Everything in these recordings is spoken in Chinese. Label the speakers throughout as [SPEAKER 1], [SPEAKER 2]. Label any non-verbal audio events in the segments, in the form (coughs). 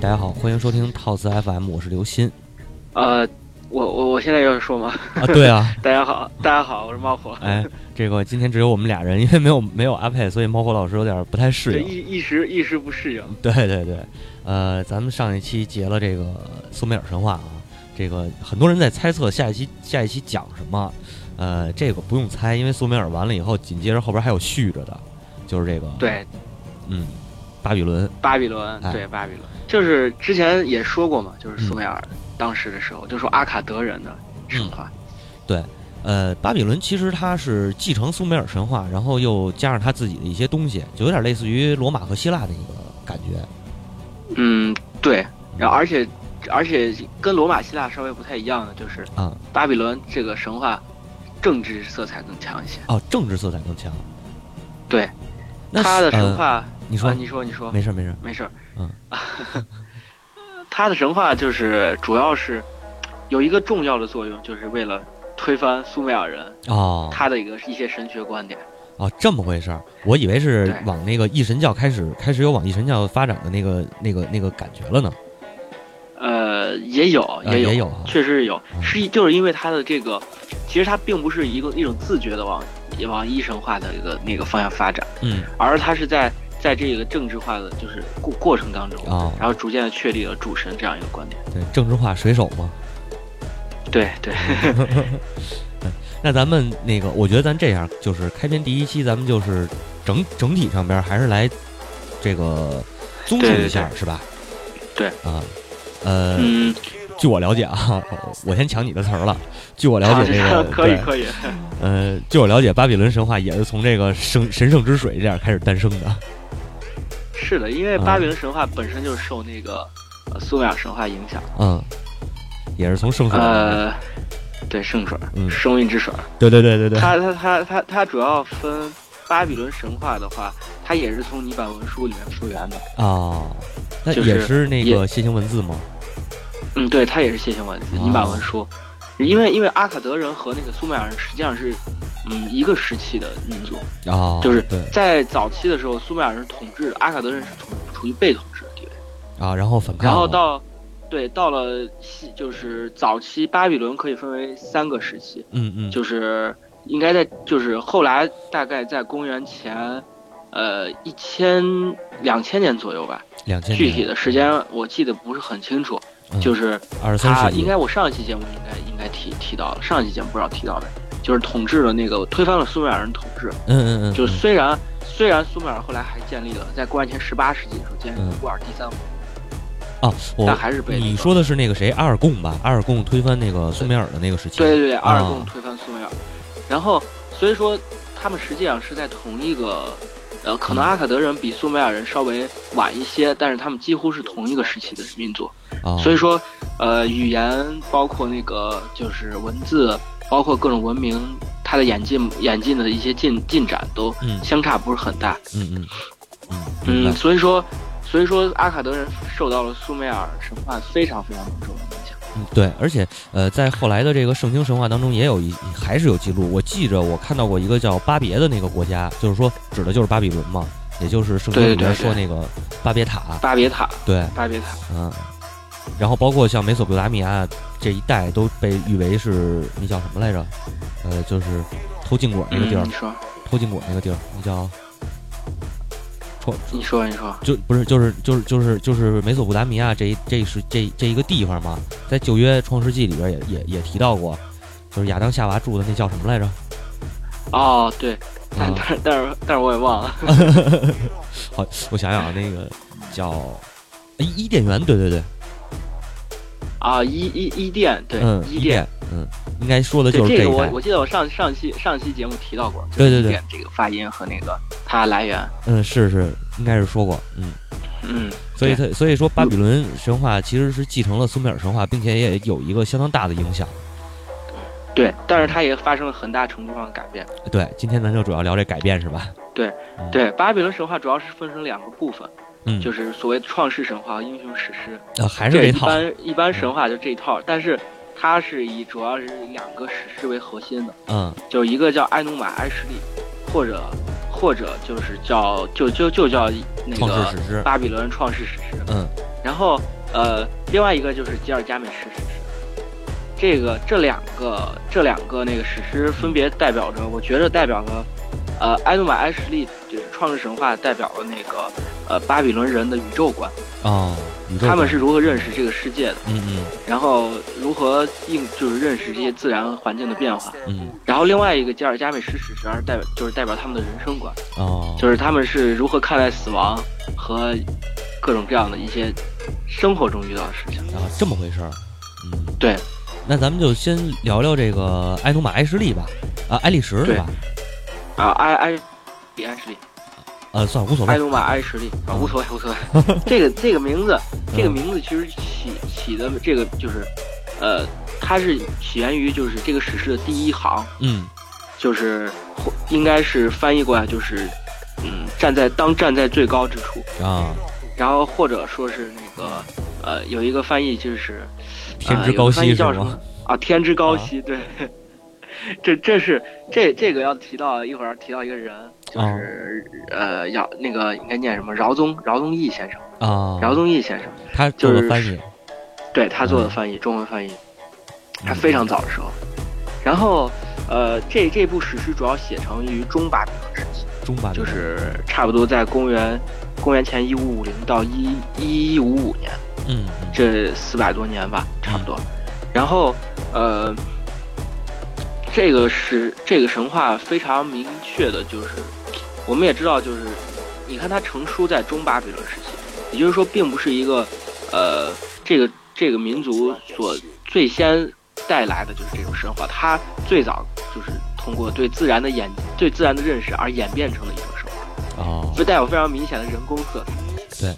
[SPEAKER 1] 大家好，欢迎收听套词 FM，我是刘鑫。
[SPEAKER 2] 呃，我我我现在要说吗？ (laughs)
[SPEAKER 1] 啊，对啊，
[SPEAKER 2] 大家好，大家好，我是猫火。
[SPEAKER 1] (laughs) 哎，这个今天只有我们俩人，因为没有没有阿佩，所以猫火老师有点不太适
[SPEAKER 2] 这
[SPEAKER 1] 应。
[SPEAKER 2] 一一时一时不适应，
[SPEAKER 1] (laughs) 对对对，呃，咱们上一期结了这个苏美尔神话啊，这个很多人在猜测下一期下一期讲什么，呃，这个不用猜，因为苏美尔完了以后，紧接着后边还有续着的，就是这个，
[SPEAKER 2] 对
[SPEAKER 1] 嗯，巴比伦，
[SPEAKER 2] 巴比伦
[SPEAKER 1] 哎，嗯
[SPEAKER 2] 对巴比伦，就是之前也说过嘛，就是苏美尔当时的时候，就说阿卡德人的神话，
[SPEAKER 1] 呃，巴比伦其实它是继承苏美尔神话，然后又加上他自己的一些东西，就有点类似于罗马和希腊的一个感觉。
[SPEAKER 2] 嗯，对，然后而且而且跟罗马希腊稍微不太一样的就是
[SPEAKER 1] 啊，
[SPEAKER 2] 巴比伦这个神话政治色彩更强一些，
[SPEAKER 1] 哦，政治色彩更强。
[SPEAKER 2] 对，
[SPEAKER 1] 那
[SPEAKER 2] 他的
[SPEAKER 1] 是
[SPEAKER 2] 神、话，
[SPEAKER 1] 呃你说、
[SPEAKER 2] 啊、你说你说
[SPEAKER 1] 没事没事，
[SPEAKER 2] 没事儿，
[SPEAKER 1] 嗯，
[SPEAKER 2] (laughs) 他的神话就是主要是有一个重要的作用，就是为了推翻苏美尔人
[SPEAKER 1] 哦
[SPEAKER 2] 他的一个一些神学观点。
[SPEAKER 1] 哦，这么回事儿，我以为是
[SPEAKER 2] 对
[SPEAKER 1] 往那个异神教开始开始有往异神教发展的那个那个那个感觉了呢。
[SPEAKER 2] 呃，也有，
[SPEAKER 1] 呃
[SPEAKER 2] 有，
[SPEAKER 1] 也有哈
[SPEAKER 2] 确实是有，
[SPEAKER 1] 嗯
[SPEAKER 2] 是一就是因为他的这个，其实他并不是一个一种自觉的往往一神化的一个那个方向发展，
[SPEAKER 1] 嗯，
[SPEAKER 2] 而他是在在这个政治化的就是过过程当中，
[SPEAKER 1] 哦，
[SPEAKER 2] 然后逐渐的确立了主神这样一个观点。
[SPEAKER 1] 对，政治化水手嘛。
[SPEAKER 2] 对对，
[SPEAKER 1] 那咱们那个，我觉得咱这样，就是开篇第一期，咱们就是整整体上边儿还是来这个综述
[SPEAKER 2] 对对
[SPEAKER 1] 一下，是吧？
[SPEAKER 2] 对
[SPEAKER 1] 啊，呃，
[SPEAKER 2] (laughs) 嗯，
[SPEAKER 1] 据我了解啊，我先抢你的词儿了。据我了解，这个
[SPEAKER 2] 啊 (laughs) 可以
[SPEAKER 1] 对
[SPEAKER 2] 可以，
[SPEAKER 1] 呃，据我了解，巴比伦神话也是从这个神神圣之水这样开始诞生的。
[SPEAKER 2] 是的，
[SPEAKER 1] 嗯
[SPEAKER 2] 因为巴比伦神话本身就是受那个、呃苏美尔神话影响，
[SPEAKER 1] 嗯，也是从圣水。
[SPEAKER 2] 呃，对圣水，
[SPEAKER 1] 嗯
[SPEAKER 2] 生命之水，
[SPEAKER 1] 对对对对对。
[SPEAKER 2] 它它它它它主要分巴比伦神话的话，它也是从泥板文书里面复原的。
[SPEAKER 1] 哦，那
[SPEAKER 2] 就是
[SPEAKER 1] 也是那个楔形文字吗？
[SPEAKER 2] 嗯，对，它也是楔形文字，
[SPEAKER 1] 哦
[SPEAKER 2] 泥板文书。因为因为阿卡德人和那个苏美尔人实际上是，嗯，一个时期的民族。
[SPEAKER 1] 哦，
[SPEAKER 2] 就是
[SPEAKER 1] 对
[SPEAKER 2] 在早期的时候，苏美尔人是统治的，阿卡德人是统处于被统治的地位。
[SPEAKER 1] 啊，然后反抗
[SPEAKER 2] 然
[SPEAKER 1] 了。
[SPEAKER 2] 后到，对，到了西就是早期巴比伦可以分为三个时期，
[SPEAKER 1] 嗯嗯，
[SPEAKER 2] 就是应该在就是后来大概在公元前，呃一千两千年左右吧，
[SPEAKER 1] 两千
[SPEAKER 2] 具体的时间我记得不是很清楚，
[SPEAKER 1] 嗯
[SPEAKER 2] 就是
[SPEAKER 1] 二十
[SPEAKER 2] 他
[SPEAKER 1] 三世纪
[SPEAKER 2] 应该我上一期节目应该应该提提到了，上一期节目不知道提到没，就是统治了那个推翻了苏美尔人统治，
[SPEAKER 1] 嗯嗯嗯，
[SPEAKER 2] 就是
[SPEAKER 1] 嗯
[SPEAKER 2] 虽然虽然苏美尔后来还建立了在公元前十八世纪的时候建立了
[SPEAKER 1] 嗯
[SPEAKER 2] 乌尔第三王，
[SPEAKER 1] 哦，我
[SPEAKER 2] 但还是被那
[SPEAKER 1] 你
[SPEAKER 2] 个
[SPEAKER 1] 说的是那个谁阿尔贡吧？阿尔贡推翻那个苏美尔的那个时期。
[SPEAKER 2] 对对对，阿尔贡
[SPEAKER 1] 啊
[SPEAKER 2] 推翻苏美尔，然后所以说他们实际上是在同一个，呃，可
[SPEAKER 1] 嗯
[SPEAKER 2] 能阿卡德人比苏美尔人稍微晚一些，但是他们几乎是同一个时期的民族，
[SPEAKER 1] 哦，
[SPEAKER 2] 所以说，呃，语言包括那个就是文字，包括各种文明，它的演进演进的一些进进展都
[SPEAKER 1] 嗯
[SPEAKER 2] 相差不是很大，
[SPEAKER 1] 嗯嗯嗯明白
[SPEAKER 2] 嗯，所以说所以说阿卡德人受到了苏美尔神话非常非常重要的影响。
[SPEAKER 1] 嗯，对，而且呃，在后来的这个圣经神话当中，也有一还是有记录。我记着我看到过一个叫巴别的那个国家，就是说指的就是巴比伦嘛，也就是圣经
[SPEAKER 2] 对
[SPEAKER 1] 里面
[SPEAKER 2] 对对
[SPEAKER 1] 说那个巴别塔。
[SPEAKER 2] 巴别塔，
[SPEAKER 1] 对，
[SPEAKER 2] 巴别塔，
[SPEAKER 1] 嗯，然后包括像美索不达米亚这一带都被誉为是那叫什么来着？呃，就是偷禁果那个地儿，
[SPEAKER 2] 嗯，你说，
[SPEAKER 1] 偷禁果那个地儿，那叫。创
[SPEAKER 2] 你说，你说。
[SPEAKER 1] 就不是就是就是就是就是美索不达米亚这一这是这这一个地方嘛，在旧约创世纪里边也也也提到过，就是亚当夏娃住的那叫什么
[SPEAKER 2] (laughs)
[SPEAKER 1] 来着？
[SPEAKER 2] 哦，对，但
[SPEAKER 1] 啊，
[SPEAKER 2] 但但是但是我也忘了。 (laughs)
[SPEAKER 1] 好，我想想啊，那个叫哎伊甸园，对对对，
[SPEAKER 2] 啊，伊伊伊甸，对，
[SPEAKER 1] 嗯，伊
[SPEAKER 2] 伊甸，，
[SPEAKER 1] 嗯，应该说的
[SPEAKER 2] 对
[SPEAKER 1] 就是
[SPEAKER 2] 这个
[SPEAKER 1] 一
[SPEAKER 2] 我
[SPEAKER 1] 带，
[SPEAKER 2] 我记得我上上期上期节目提到过，就是
[SPEAKER 1] 对对对
[SPEAKER 2] 伊甸这个发音和那个它的来源，
[SPEAKER 1] 嗯，是是，应该是说过，嗯，
[SPEAKER 2] 嗯，
[SPEAKER 1] 所以它所以说巴比伦神话其实是继承了苏美尔神话，并且也有一个相当大的影响。
[SPEAKER 2] 对，但是它也发生了很大程度上的改变。
[SPEAKER 1] 对，今天咱就主要聊这改变是吧？
[SPEAKER 2] 对，巴比伦神话主要是分成两个部分，
[SPEAKER 1] 嗯，
[SPEAKER 2] 就是所谓创世神话和英雄史诗，
[SPEAKER 1] 呃还是
[SPEAKER 2] 这
[SPEAKER 1] 这
[SPEAKER 2] 一
[SPEAKER 1] 套，
[SPEAKER 2] 般一般神话就这一套，但是它是以主要是两个史诗为核心的。
[SPEAKER 1] 嗯
[SPEAKER 2] 就一个叫埃努马埃什利，或者或者就是叫就就就叫那
[SPEAKER 1] 创世
[SPEAKER 2] 个
[SPEAKER 1] 史诗
[SPEAKER 2] 巴比伦创世史诗。
[SPEAKER 1] 嗯
[SPEAKER 2] 然后呃，另外一个就是吉尔加美什史诗，这个这两个这两个那个史诗分别代表着，我觉着代表了，呃，埃努马埃什利就是创世神话代表了那个呃巴比伦人的宇宙观，
[SPEAKER 1] 哦，宇宙
[SPEAKER 2] 他们
[SPEAKER 1] 观
[SPEAKER 2] 是如何认识这个世界的，
[SPEAKER 1] 嗯嗯
[SPEAKER 2] 然后如何应就是认识这些自然环境的变化。
[SPEAKER 1] 嗯
[SPEAKER 2] 然后另外一个吉尔加美什史诗代表就是代表他们的人生观，
[SPEAKER 1] 哦，
[SPEAKER 2] 就是他们是如何看待死亡和各种各样的一些生活中遇到的事情。
[SPEAKER 1] 啊这么回事儿，嗯，
[SPEAKER 2] 对。
[SPEAKER 1] 那咱们就先聊聊这个埃努马埃什利吧，啊，埃利什是
[SPEAKER 2] 对
[SPEAKER 1] 吧？
[SPEAKER 2] 啊，埃埃比埃什利，
[SPEAKER 1] 呃，算了，无所
[SPEAKER 2] 埃
[SPEAKER 1] 谓，
[SPEAKER 2] 努马埃什利啊，无所谓无所谓。这个这个名字，这个名字其实起起的这个就是，呃，它是起源于就是这个史诗的第一行，
[SPEAKER 1] 嗯
[SPEAKER 2] 就是应该是翻译过来就是，嗯，站在当站在最高之处，
[SPEAKER 1] 啊，
[SPEAKER 2] 然后或者说是那个呃有一个翻译就是
[SPEAKER 1] 天之高
[SPEAKER 2] 呃有
[SPEAKER 1] 息
[SPEAKER 2] 个翻译
[SPEAKER 1] 是
[SPEAKER 2] 叫什
[SPEAKER 1] 吗
[SPEAKER 2] 么？啊，天之高息，对， (laughs) 这这是这这个要提到一会儿提到一个人，就是、呃姚那个应该念什么饶宗饶宗义先生，
[SPEAKER 1] 啊，
[SPEAKER 2] 饶宗义先生，
[SPEAKER 1] 他做了翻译，
[SPEAKER 2] 对他做的
[SPEAKER 1] 嗯
[SPEAKER 2] 翻译、中文翻译，他非常早的时候，然后呃这这部史诗主要写成于中巴比伦时期，
[SPEAKER 1] 中版的
[SPEAKER 2] 就是差不多在公元公元前一五五零到一一一五五年。
[SPEAKER 1] 嗯
[SPEAKER 2] 这四百多年吧，差不多。然后，呃，这个是这个神话非常明确的，就是我们也知道，就是你看它成书在中巴比伦时期，也就是说，并不是一个呃这个这个民族所最先带来的就是这种神话，它最早就是通过对自然的演对自然的认识而演变成的一种神话，
[SPEAKER 1] 嗯哦，
[SPEAKER 2] 就带有非常明显的人工色彩。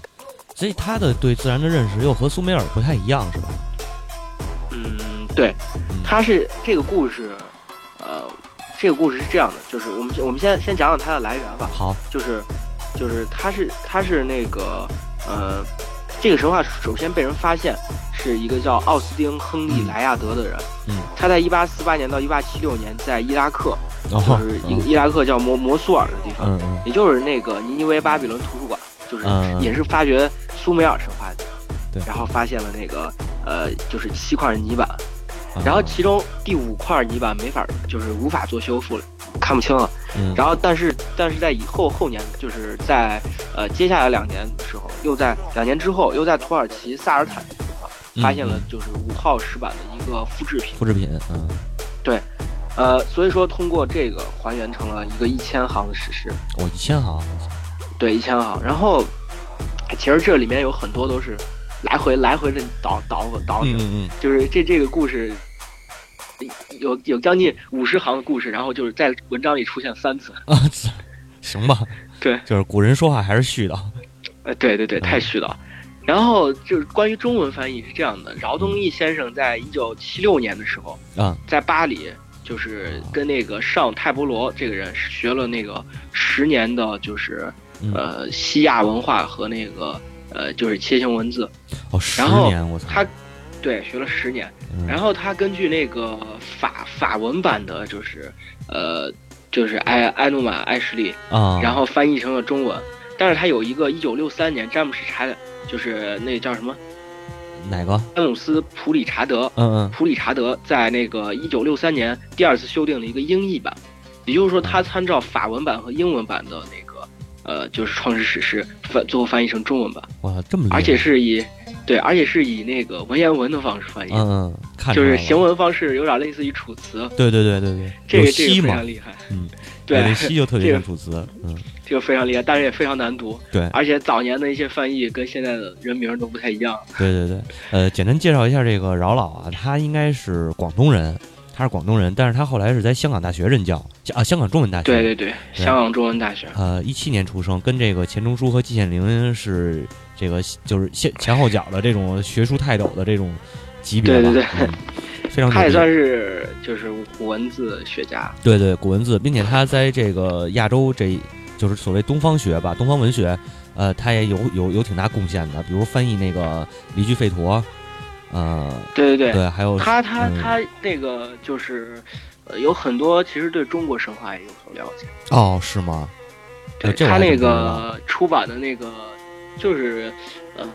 [SPEAKER 1] 所以他的对自然的认识又和苏美尔不太一样是吧？
[SPEAKER 2] 嗯，对，
[SPEAKER 1] 嗯
[SPEAKER 2] 它是这个故事，呃，这个故事是这样的，就是我们我们先先讲讲它的来源吧，
[SPEAKER 1] 好，
[SPEAKER 2] 就是就是它是它是那个呃，这个神话首先被人发现是一个叫奥斯丁·亨利
[SPEAKER 1] 嗯
[SPEAKER 2] ·莱亚德的人，
[SPEAKER 1] 嗯
[SPEAKER 2] 他在1848年到1876年在伊拉克，
[SPEAKER 1] 然
[SPEAKER 2] 就
[SPEAKER 1] 后
[SPEAKER 2] 是一个伊拉克叫摩摩苏尔的地方，
[SPEAKER 1] 哦嗯嗯
[SPEAKER 2] 也就是那个尼尼微巴比伦图书馆，就是
[SPEAKER 1] 嗯嗯
[SPEAKER 2] 也是发掘苏美尔神话的地方，
[SPEAKER 1] 对
[SPEAKER 2] 然后发现了那个呃，就是七块泥板。
[SPEAKER 1] 嗯，
[SPEAKER 2] 然后其中第五块泥板没法，就是无法做修复了，看不清了。
[SPEAKER 1] 嗯
[SPEAKER 2] 然后但是但是在以后后年，就是在呃接下来两年的时候，又在两年之后又在土耳其萨尔坦这个地方发现了
[SPEAKER 1] 嗯
[SPEAKER 2] 就是五号石板的一个复制品。
[SPEAKER 1] 复制品，嗯
[SPEAKER 2] 呃，所以说通过这个还原成了一个一千行的史诗，
[SPEAKER 1] 哦一千行，
[SPEAKER 2] 对一千行。然后其实这里面有很多都是来回来回的倒倒倒腾
[SPEAKER 1] 嗯。嗯
[SPEAKER 2] 就是这这个故事有有将近五十行的故事，然后就是在文章里出现三次。
[SPEAKER 1] 嗯 (laughs) 啊，行吧，
[SPEAKER 2] 对，
[SPEAKER 1] 就是古人说话还是絮叨，
[SPEAKER 2] 呃，对对对，太虚了。然后就是关于中文翻译是这样的，饶宗义先生在一九七六年的时候，
[SPEAKER 1] 啊，
[SPEAKER 2] 在巴黎就是跟那个尚泰伯罗这个人学了那个十年的，就是
[SPEAKER 1] 嗯
[SPEAKER 2] 呃西亚文化和那个呃就是楔形文字，
[SPEAKER 1] 哦十
[SPEAKER 2] 然后
[SPEAKER 1] 年我操，
[SPEAKER 2] 他对学了十年。
[SPEAKER 1] 嗯
[SPEAKER 2] 然后他根据那个法法文版的，就是呃，就是埃埃努马埃什利，
[SPEAKER 1] 啊，
[SPEAKER 2] 然后翻译成了中文。但是他有一个一九六三年詹姆斯查，就是那叫什么
[SPEAKER 1] 哪个？
[SPEAKER 2] 詹姆斯普里查德，
[SPEAKER 1] 嗯
[SPEAKER 2] 普里查德在那个一九六三年第二次修订了一个英译版，也就是说他参照法文版和英文版的那个呃，就是创世史诗翻最后翻译成中文版，
[SPEAKER 1] 嗯，哇这么厉害，
[SPEAKER 2] 而且是以对，而且是以那个文言文的方式翻译。
[SPEAKER 1] 嗯嗯，看
[SPEAKER 2] 就是
[SPEAKER 1] 出来了
[SPEAKER 2] 行，文方式有点类似于楚辞，
[SPEAKER 1] 对对对对对，
[SPEAKER 2] 这
[SPEAKER 1] 有
[SPEAKER 2] 个这
[SPEAKER 1] 西
[SPEAKER 2] 个非
[SPEAKER 1] 嘛
[SPEAKER 2] 常，厉害，
[SPEAKER 1] 嗯，有
[SPEAKER 2] 对
[SPEAKER 1] 那，西就特别
[SPEAKER 2] 这个啊
[SPEAKER 1] 像楚辞，嗯，
[SPEAKER 2] 这个非常厉害，但是也非常难读，
[SPEAKER 1] 对
[SPEAKER 2] 而且早年的一些翻译跟现在的人名都不太一样，
[SPEAKER 1] 对对对，呃，简单介绍一下这个饶老啊，他应该是广东人，他是广东人，但是他后来是在香港大学任教，啊，香港中文大学。
[SPEAKER 2] 对对对，
[SPEAKER 1] 对
[SPEAKER 2] 香港中文大学，
[SPEAKER 1] 呃，一七年出生，跟这个钱钟书和季羡林是这个就是先前后脚的这种学术泰斗的这种级别吧，
[SPEAKER 2] 对对对
[SPEAKER 1] 嗯非常
[SPEAKER 2] 他也
[SPEAKER 1] 牛逼
[SPEAKER 2] 算是就是古文字学家，
[SPEAKER 1] 对对古文字，并且他在这个亚洲这就是所谓东方学吧，东方文学，呃，他也有有有挺大贡献的，比如翻译那个《离居吠陀》，呃，
[SPEAKER 2] 对对对，
[SPEAKER 1] 对，还有
[SPEAKER 2] 他他
[SPEAKER 1] 嗯
[SPEAKER 2] 他那个就是。呃有很多其实对中国神话也有所了解，
[SPEAKER 1] 哦，是吗？
[SPEAKER 2] 对
[SPEAKER 1] 这我
[SPEAKER 2] 他
[SPEAKER 1] 还
[SPEAKER 2] 那
[SPEAKER 1] 真不知道
[SPEAKER 2] 个出版的那个就是，呃，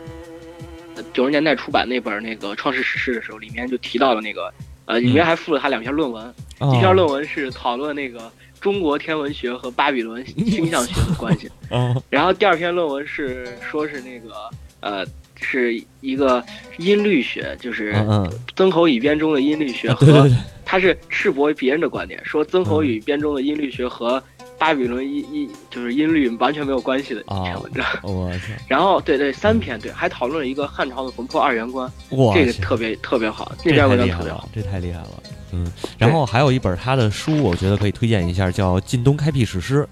[SPEAKER 2] 九十年代出版那本那个《创世史诗》的时候，里面就提到了那个，呃，里
[SPEAKER 1] 嗯
[SPEAKER 2] 面还附了他两篇论文，
[SPEAKER 1] 哦
[SPEAKER 2] 一篇论文是讨论那个中国天文学和巴比伦星象学的
[SPEAKER 1] (laughs)
[SPEAKER 2] 关系，
[SPEAKER 1] 哦
[SPEAKER 2] 然后第二篇论文是说是那个呃是一个音律学，就是
[SPEAKER 1] 嗯嗯，
[SPEAKER 2] 曾侯乙编中的音律学
[SPEAKER 1] 啊对对
[SPEAKER 2] 和
[SPEAKER 1] 对，
[SPEAKER 2] 他是赤膊别人的观点，说曾侯乙编中的音律学和巴比伦音音就是音律完全没有关系的一
[SPEAKER 1] 哦
[SPEAKER 2] 篇文章。
[SPEAKER 1] 我操，
[SPEAKER 2] 然后对对三篇对，还讨论了一个汉朝的魂魄二元观，
[SPEAKER 1] 哇，
[SPEAKER 2] 这个特别特别好，那
[SPEAKER 1] 这
[SPEAKER 2] 篇
[SPEAKER 1] 太
[SPEAKER 2] 文章
[SPEAKER 1] 厉
[SPEAKER 2] 特
[SPEAKER 1] 害
[SPEAKER 2] 别好
[SPEAKER 1] 了。，这太厉害了。嗯，然后还有一本他的书，我觉得可以推荐一下，叫《晋东开辟史诗》，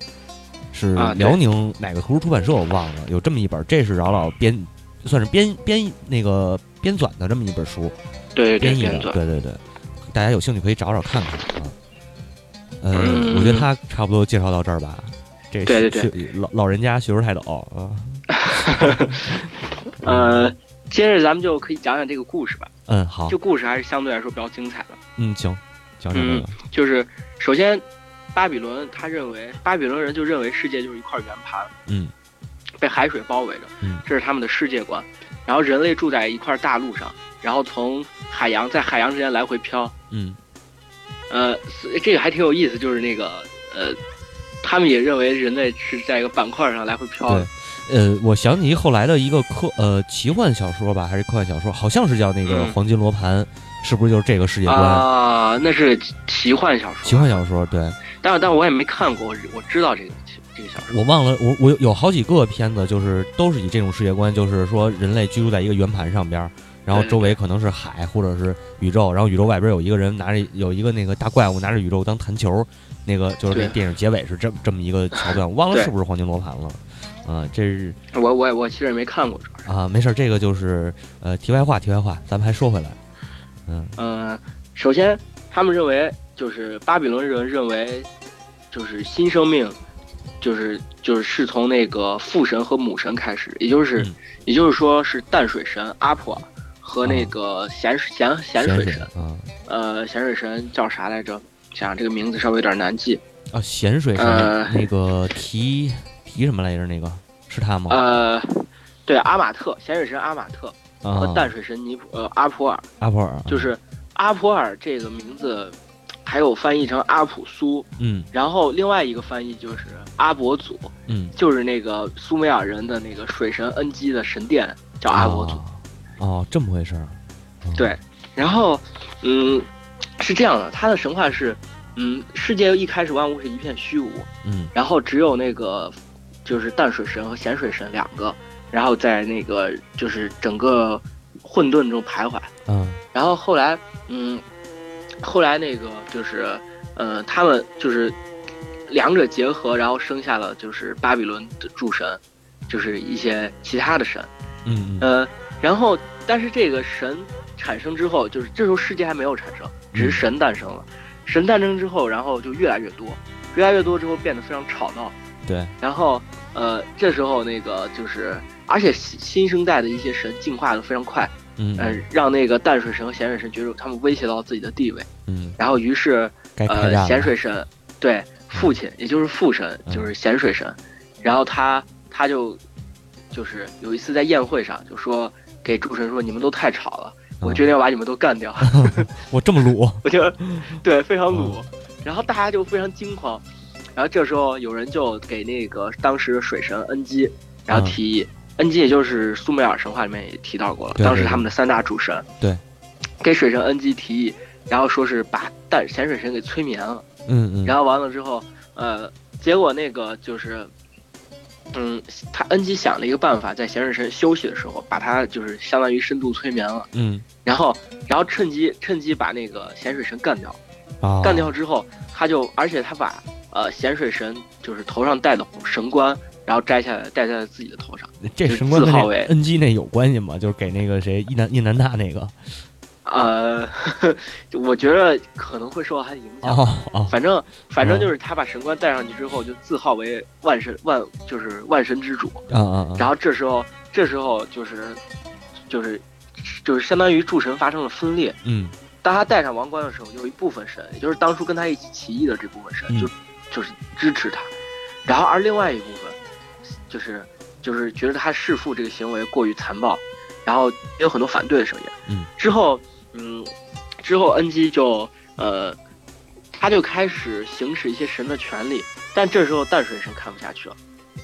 [SPEAKER 1] 是
[SPEAKER 2] 啊对
[SPEAKER 1] 辽宁哪个图书出版社我忘了，有这么一本，这是饶老编，算是编编那个编纂的这么一本书，
[SPEAKER 2] 对对
[SPEAKER 1] 编译
[SPEAKER 2] 对
[SPEAKER 1] 的，对
[SPEAKER 2] 对，
[SPEAKER 1] 对对，大家有兴趣可以找找看看啊。呃，
[SPEAKER 2] 嗯
[SPEAKER 1] 我觉得他差不多介绍到这儿吧。这
[SPEAKER 2] 对对
[SPEAKER 1] 学老老人家学术泰斗啊，
[SPEAKER 2] 呃，接着咱们就可以讲讲这个故事吧。
[SPEAKER 1] 嗯，好
[SPEAKER 2] 这，故事还是相对来说比较精彩的。
[SPEAKER 1] 嗯，行，讲讲这
[SPEAKER 2] 嗯
[SPEAKER 1] 个，
[SPEAKER 2] 就是首先，巴比伦他认为巴比伦人就认为世界就是一块圆盘，
[SPEAKER 1] 嗯，
[SPEAKER 2] 被海水包围着，
[SPEAKER 1] 嗯
[SPEAKER 2] 这是他们的世界观。然后人类住在一块大陆上，然后从海洋在海洋之间来回飘，
[SPEAKER 1] 嗯
[SPEAKER 2] 呃，所以这个还挺有意思，就是那个呃，他们也认为人类是在一个板块上来回飘的，
[SPEAKER 1] 呃，我想起后来的一个科呃奇幻小说吧，还是科幻小说，好像是叫那个
[SPEAKER 2] 嗯
[SPEAKER 1] 《黄金罗盘》，是不是就是这个世界观？
[SPEAKER 2] 啊、那是奇幻小
[SPEAKER 1] 奇
[SPEAKER 2] 说，
[SPEAKER 1] 幻小说，对
[SPEAKER 2] 但但我也没看过，我只我知道这个这个小说，
[SPEAKER 1] 我忘了，我我有有好几个片子，就是都是以这种世界观，就是说人类居住在一个圆盘上边儿，然后
[SPEAKER 2] 对
[SPEAKER 1] 周围可能是海或者是宇宙，然后宇宙外边有一个人拿着有一个那个大怪物拿着宇宙当弹球，那个就是那
[SPEAKER 2] 对
[SPEAKER 1] 电影结尾是这么这么一个桥段，我忘了
[SPEAKER 2] 对
[SPEAKER 1] 是不是《黄金罗盘》了。啊、这是
[SPEAKER 2] 我我也我其实也没看过，主要是。
[SPEAKER 1] 啊，没事儿，这个就是呃，题外话，题外话，咱们还说回来，嗯，
[SPEAKER 2] 呃，首先他们认为就是巴比伦人认为，就是新生命，就是就是是从那个父神和母神开始，也就是、
[SPEAKER 1] 嗯
[SPEAKER 2] 也就是说是淡水神阿普尔和那个咸、咸咸水神，
[SPEAKER 1] 啊
[SPEAKER 2] 呃，咸水神叫啥来着？想这个名字稍微有点难记。
[SPEAKER 1] 啊，咸水是
[SPEAKER 2] 呃
[SPEAKER 1] 那个提提什么来着？那个是他吗？
[SPEAKER 2] 呃，对，阿马特，咸水神阿马特和
[SPEAKER 1] 啊，
[SPEAKER 2] 淡水神尼普呃阿普尔，
[SPEAKER 1] 阿波尔啊
[SPEAKER 2] 就是阿普尔这个名字，还有翻译成阿普苏，
[SPEAKER 1] 嗯
[SPEAKER 2] 然后另外一个翻译就是阿伯祖，
[SPEAKER 1] 嗯，
[SPEAKER 2] 就是那个苏美尔人的那个水神恩基的神殿叫阿伯祖。
[SPEAKER 1] 哦哦，这么回事儿，哦
[SPEAKER 2] 啊对，然后，嗯，是这样的，他的神话是，嗯，世界一开始万物是一片虚无，
[SPEAKER 1] 嗯
[SPEAKER 2] 然后只有那个就是淡水神和咸水神两个，然后在那个就是整个混沌中徘徊。
[SPEAKER 1] 嗯
[SPEAKER 2] 然后后来，嗯，后来那个就是，呃，他们就是两者结合，然后生下了就是巴比伦的诸神，就是一些其他的神，
[SPEAKER 1] 嗯嗯
[SPEAKER 2] 呃，然后但是这个神产生之后，就是这时候世界还没有产生，只是神诞生了。神诞生之后，然后就越来越多，越来越多之后变得非常吵闹。
[SPEAKER 1] 对，
[SPEAKER 2] 然后，呃，这时候那个就是，而且新新生代的一些神进化的非常快，
[SPEAKER 1] 嗯
[SPEAKER 2] 呃
[SPEAKER 1] 嗯，
[SPEAKER 2] 让那个淡水神和咸水神觉得他们威胁到自己的地位，
[SPEAKER 1] 嗯，
[SPEAKER 2] 然后于是
[SPEAKER 1] 该开
[SPEAKER 2] 呃
[SPEAKER 1] 战
[SPEAKER 2] 咸
[SPEAKER 1] 了，
[SPEAKER 2] 水神对父亲，也就是父神，
[SPEAKER 1] 嗯
[SPEAKER 2] 就是咸水神，然后他他就就是有一次在宴会上就说给诸神说你们都太吵了，我
[SPEAKER 1] 嗯
[SPEAKER 2] 决定要把你们都干掉，
[SPEAKER 1] 我这么
[SPEAKER 2] (laughs)
[SPEAKER 1] 鲁，
[SPEAKER 2] 我觉
[SPEAKER 1] (laughs)
[SPEAKER 2] 得对非常鲁，
[SPEAKER 1] 嗯
[SPEAKER 2] 然后大家就非常惊慌，然后这时候有人就给那个当时的水神恩基，然
[SPEAKER 1] 嗯
[SPEAKER 2] 后提议，恩基也就是苏美尔神话里面也提到过了，
[SPEAKER 1] 对
[SPEAKER 2] 当时
[SPEAKER 1] 对
[SPEAKER 2] 他们的三大主神，
[SPEAKER 1] 对，
[SPEAKER 2] 给水神恩基提议，然后说是把淡咸水神给催眠了，
[SPEAKER 1] 嗯嗯，
[SPEAKER 2] 然后完了之后，呃，结果那个就是。嗯，他恩基想了一个办法，在咸水神休息的时候，把他就是相当于深度催眠了，
[SPEAKER 1] 嗯
[SPEAKER 2] 然后，然后趁机趁机把那个咸水神干掉。
[SPEAKER 1] 啊，
[SPEAKER 2] 干掉之后，他就而且他把呃咸水神就是头上戴的神冠，然后摘下来戴在了自己的头上。
[SPEAKER 1] 这
[SPEAKER 2] 就
[SPEAKER 1] 神官
[SPEAKER 2] 自
[SPEAKER 1] 跟
[SPEAKER 2] 号为
[SPEAKER 1] N G 那有关系吗？就是给那个谁伊南伊南娜那个
[SPEAKER 2] 呃， (laughs) 就我觉得可能会受到他的影响。
[SPEAKER 1] 哦哦，
[SPEAKER 2] 啊反正反
[SPEAKER 1] 哦
[SPEAKER 2] 正就是他把神冠戴上去之后，就自号为万神万就是万神之主。
[SPEAKER 1] 啊啊啊，
[SPEAKER 2] 然后这时候这时候就是就是就是相当于诸神发生了分裂。
[SPEAKER 1] 嗯
[SPEAKER 2] 当他戴上王冠的时候，有一部分神，也就是当初跟他一起起义的这部分神，
[SPEAKER 1] 嗯
[SPEAKER 2] 就就是支持他，然后而另外一部分，就是就是觉得他弑父这个行为过于残暴，然后也有很多反对的声音。
[SPEAKER 1] 嗯，
[SPEAKER 2] 之后，嗯，之后恩基就呃，他就开始行使一些神的权利，但这时候淡水神看不下去了，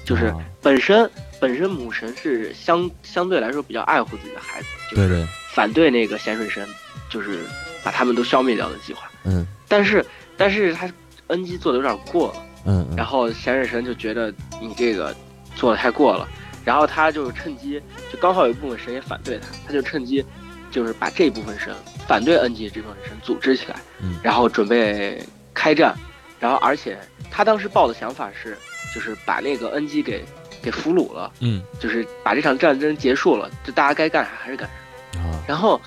[SPEAKER 2] 就是
[SPEAKER 1] 啊
[SPEAKER 2] 本身本身母神是相相对来说比较爱护自己的孩子，就
[SPEAKER 1] 对
[SPEAKER 2] 是
[SPEAKER 1] 对，
[SPEAKER 2] 反对那个咸水神，就是把他们都消灭掉的计划。
[SPEAKER 1] 嗯
[SPEAKER 2] 但是但是他恩基做的有点过了，
[SPEAKER 1] 嗯嗯，
[SPEAKER 2] 然后咸水神就觉得你这个做的太过了，然后他就趁机就刚好有一部分神也反对他，他就趁机就是把这部分神反对恩基这部分神组织起来
[SPEAKER 1] 嗯，
[SPEAKER 2] 然后准备开战，然后而且他当时抱的想法是，就是把那个恩基给给俘虏了，
[SPEAKER 1] 嗯
[SPEAKER 2] 就是把这场战争结束了，就大家该干啥还是干啥。
[SPEAKER 1] 啊
[SPEAKER 2] 然后，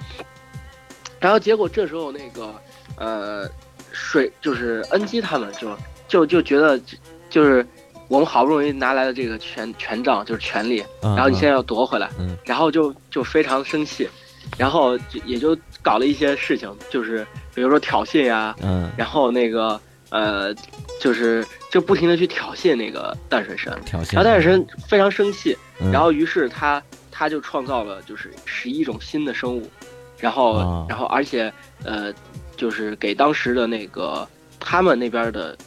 [SPEAKER 2] 然后结果这时候那个呃，水就是恩基他们就就就觉得就就是我们好不容易拿来的这个权权杖就是权力，
[SPEAKER 1] 嗯，
[SPEAKER 2] 然后你现在
[SPEAKER 1] 在
[SPEAKER 2] 要夺回来，
[SPEAKER 1] 嗯
[SPEAKER 2] 然后就就非常生气，然后就也就搞了一些事情，就是比如说挑衅呀、
[SPEAKER 1] 嗯
[SPEAKER 2] 然后那个呃，就是就不停的去挑衅那个淡水神，
[SPEAKER 1] 挑衅，
[SPEAKER 2] 然后淡水神非常生气，
[SPEAKER 1] 嗯，
[SPEAKER 2] 然后于是他他就创造了就是十一种新的生物，然后、
[SPEAKER 1] 啊
[SPEAKER 2] 然后而且呃，就是给当时的那个他们那边的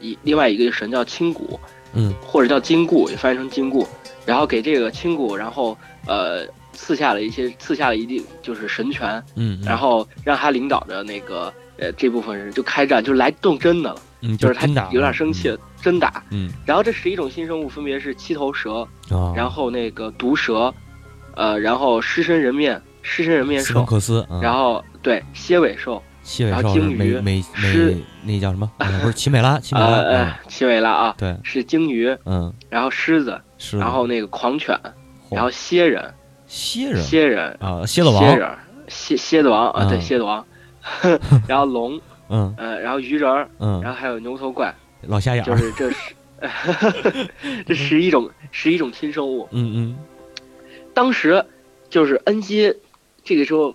[SPEAKER 2] 一另外一个神叫青骨
[SPEAKER 1] 嗯
[SPEAKER 2] 或者叫金固，也翻译成金固，然后给这个青骨，然后呃赐下了一些赐下了一定就是神权，
[SPEAKER 1] 嗯，嗯
[SPEAKER 2] 然后让他领导的那个呃这部分人就开战，就来动真的了，
[SPEAKER 1] 嗯
[SPEAKER 2] 就是是他
[SPEAKER 1] 真打
[SPEAKER 2] 有点生气了，真打。
[SPEAKER 1] 嗯，
[SPEAKER 2] 然后这十一种新生物分别是七头蛇。
[SPEAKER 1] 嗯啊，
[SPEAKER 2] 然后那个毒蛇，呃，然后狮身人面、狮身人面
[SPEAKER 1] 斯诺
[SPEAKER 2] 兽，
[SPEAKER 1] 克斯，嗯
[SPEAKER 2] 然后对蝎尾兽，
[SPEAKER 1] 七尾
[SPEAKER 2] 然后
[SPEAKER 1] 兽是
[SPEAKER 2] 鲸鱼
[SPEAKER 1] 美美
[SPEAKER 2] 狮
[SPEAKER 1] 美那叫什么？呃不是奇美拉，奇美
[SPEAKER 2] 呃
[SPEAKER 1] 拉，
[SPEAKER 2] 呃
[SPEAKER 1] 嗯，
[SPEAKER 2] 奇维拉啊，
[SPEAKER 1] 对，
[SPEAKER 2] 是鲸鱼，
[SPEAKER 1] 嗯
[SPEAKER 2] 然后狮子，
[SPEAKER 1] 是的，
[SPEAKER 2] 然后那个狂犬，
[SPEAKER 1] 嗯嚯
[SPEAKER 2] 然后蝎人、
[SPEAKER 1] 蝎人
[SPEAKER 2] 蝎人、
[SPEAKER 1] 啊，蝎
[SPEAKER 2] 蝎
[SPEAKER 1] 子王，
[SPEAKER 2] 人、蝎蝎子王啊，对，
[SPEAKER 1] 嗯
[SPEAKER 2] 蝎
[SPEAKER 1] (laughs)
[SPEAKER 2] 子王，然后龙，
[SPEAKER 1] 嗯
[SPEAKER 2] 呃，然后鱼人儿，然
[SPEAKER 1] 嗯，
[SPEAKER 2] 后还有牛头怪，
[SPEAKER 1] (laughs) 老瞎眼
[SPEAKER 2] 就
[SPEAKER 1] 儿，
[SPEAKER 2] 是这是。 (laughs) 这十一种十一种新生物，
[SPEAKER 1] 嗯
[SPEAKER 2] 当时就是恩基这个时候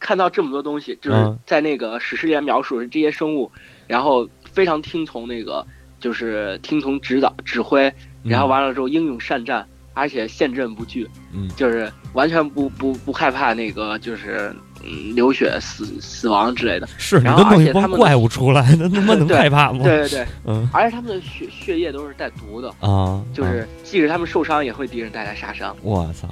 [SPEAKER 2] 看到这么多东西，就是
[SPEAKER 1] 嗯
[SPEAKER 2] 在那个史诗里面描述是这些生物，然后非常听从那个就是听从指导指挥，
[SPEAKER 1] 嗯，
[SPEAKER 2] 然后完了之后英勇善战，而且陷阵不惧，
[SPEAKER 1] 嗯
[SPEAKER 2] 就是完全不不不害怕那个就是嗯流血死死亡之类的。
[SPEAKER 1] 是你
[SPEAKER 2] 然后
[SPEAKER 1] 都弄
[SPEAKER 2] 而
[SPEAKER 1] 一
[SPEAKER 2] 且他
[SPEAKER 1] 帮
[SPEAKER 2] 们的
[SPEAKER 1] 怪物出来，那他妈能
[SPEAKER 2] 对
[SPEAKER 1] 害怕吗？
[SPEAKER 2] 对对对，
[SPEAKER 1] 嗯
[SPEAKER 2] 而且他们的血血液都是带毒的，
[SPEAKER 1] 啊，
[SPEAKER 2] 就是即使他们受伤也会敌人带来杀伤。
[SPEAKER 1] 我操，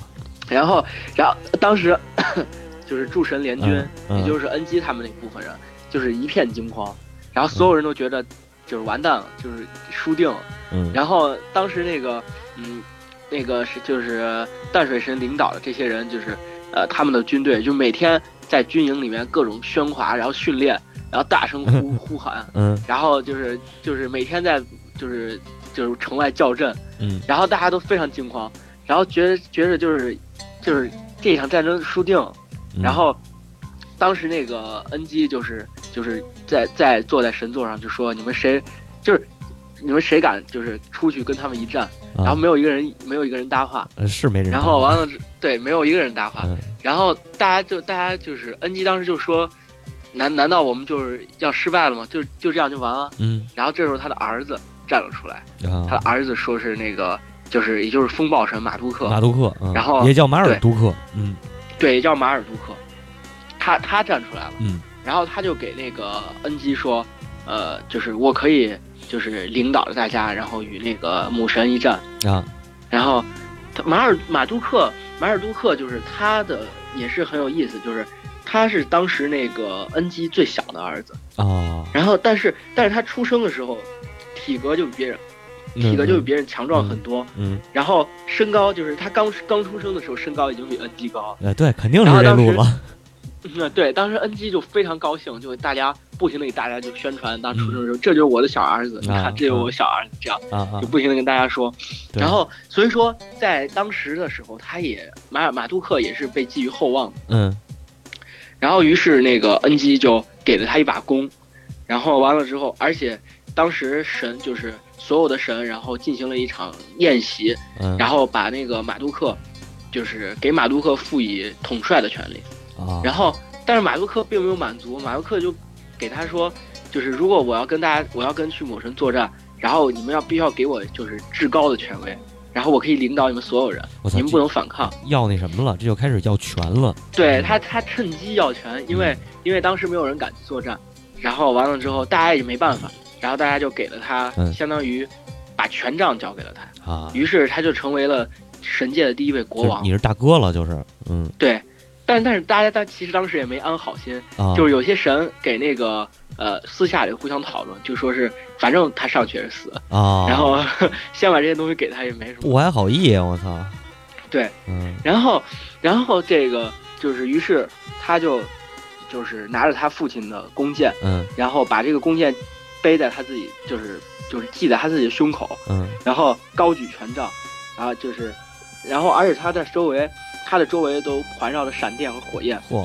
[SPEAKER 2] 然后，然后当时 (coughs) 就是诸神联军
[SPEAKER 1] 嗯，嗯
[SPEAKER 2] 也就是恩基他们那部分人，就是一片惊慌，然后所有人都觉得就是完蛋了，就是输定了。
[SPEAKER 1] 嗯
[SPEAKER 2] 然后当时那个，嗯，那个是就是淡水神领导的这些人，就是呃他们的军队，就每天在军营里面各种喧哗，然后训练，然后大声
[SPEAKER 1] (laughs)
[SPEAKER 2] 呼呼喊，
[SPEAKER 1] 嗯
[SPEAKER 2] 然后就是就是每天在就是就是城外叫阵，
[SPEAKER 1] 嗯
[SPEAKER 2] 然后大家都非常惊慌，然后觉得觉着就是就是这场战争输定了，
[SPEAKER 1] 嗯，
[SPEAKER 2] 然后当时那个恩基就是就是在在坐在神座上就说你们谁就是你们谁敢就是出去跟他们一战，然后
[SPEAKER 1] 啊
[SPEAKER 2] 没有一个人没有一个人搭话，
[SPEAKER 1] 呃是没人打，
[SPEAKER 2] 然后完了之对没有一个人搭话，
[SPEAKER 1] 嗯
[SPEAKER 2] 然后大家就大家就是恩基当时就说。难难道我们就是要失败了吗？就就这样就完了？
[SPEAKER 1] 嗯
[SPEAKER 2] 然后这时候他的儿子站了出来，他
[SPEAKER 1] 啊
[SPEAKER 2] 的，儿子说是那个，就是也就是风暴神马杜
[SPEAKER 1] 马
[SPEAKER 2] 克，
[SPEAKER 1] 杜克，嗯
[SPEAKER 2] 然后
[SPEAKER 1] 也叫马尔
[SPEAKER 2] 对
[SPEAKER 1] 杜克，嗯
[SPEAKER 2] 对，也叫马尔杜克，他他站出来了，
[SPEAKER 1] 嗯
[SPEAKER 2] 然后他就给那个恩基说，呃，就是我可以就是领导着大家，然后与那个母神一战，
[SPEAKER 1] 啊
[SPEAKER 2] 然后他马尔马杜克马尔杜克就是他的也是很有意思，就是他是当时那个恩基最小的儿子，
[SPEAKER 1] 啊，
[SPEAKER 2] 然后但是但是他出生的时候，体格就比别人体格就比别人强壮很多。
[SPEAKER 1] 嗯
[SPEAKER 2] 然后身高就是他刚刚出生的时候，身高已经比恩基高。 (laughs)
[SPEAKER 1] 呃对，肯定
[SPEAKER 2] 然
[SPEAKER 1] 是
[SPEAKER 2] 后
[SPEAKER 1] 这
[SPEAKER 2] 当
[SPEAKER 1] 路
[SPEAKER 2] 时
[SPEAKER 1] 子，
[SPEAKER 2] 那对，当时恩基就非常高兴，就大家不停的给大家就宣传，当时出生的时候，这就是我的小儿子，你
[SPEAKER 1] 啊
[SPEAKER 2] 看这就是我小儿子，这样
[SPEAKER 1] 啊啊
[SPEAKER 2] 就，不停的跟大家说。
[SPEAKER 1] 对
[SPEAKER 2] 然后所以说，在当时的时候，他也马马杜克也是被寄予厚望的。
[SPEAKER 1] 嗯
[SPEAKER 2] 然后于是那个恩基就给了他一把弓，然后完了之后，而且当时神就是所有的神，然后进行了一场宴席，
[SPEAKER 1] 嗯，
[SPEAKER 2] 然后把那个马杜克，就是给马杜克赋予统帅的权利。
[SPEAKER 1] 啊，
[SPEAKER 2] 然后，但是马杜克并没有满足，马杜克就给他说，就是如果我要跟大家，我要跟去某神作战，然后你们要必须要给我就是至高的权威，然后我可以领导你们所有人，
[SPEAKER 1] 我操，
[SPEAKER 2] 你们不
[SPEAKER 1] 这
[SPEAKER 2] 能反抗。
[SPEAKER 1] 要那什么了，这就开始要权了。
[SPEAKER 2] 对他，他趁机要权，因
[SPEAKER 1] 嗯
[SPEAKER 2] 为因为当时没有人敢去作战，然后完了之后大家也没办法，然后大家就给了他
[SPEAKER 1] 嗯，
[SPEAKER 2] 相当于把权杖交给了他，
[SPEAKER 1] 啊，
[SPEAKER 2] 于是他就成为了神界的第一位国
[SPEAKER 1] 就是
[SPEAKER 2] 王
[SPEAKER 1] 你。是大哥了，就是嗯
[SPEAKER 2] 对，但但是大家但其实当时也没安好心，
[SPEAKER 1] 啊，
[SPEAKER 2] 就是有些神给那个呃私下里互相讨论，就说是反正他上去也是死，
[SPEAKER 1] 啊，
[SPEAKER 2] 然后 (laughs) 先把这些东西给他也没什
[SPEAKER 1] 不
[SPEAKER 2] 么。
[SPEAKER 1] 怀好意，我操。
[SPEAKER 2] 对，
[SPEAKER 1] 嗯
[SPEAKER 2] 然后然后这个就是于是他就就是拿着他父亲的弓箭。
[SPEAKER 1] 嗯
[SPEAKER 2] 然后把这个弓箭背在他自己，就是就是系在他自己的胸口，
[SPEAKER 1] 嗯
[SPEAKER 2] 然后高举权杖，然后就是，然后而且他的周围，他的周围都环绕着闪电和火焰，
[SPEAKER 1] 嚯，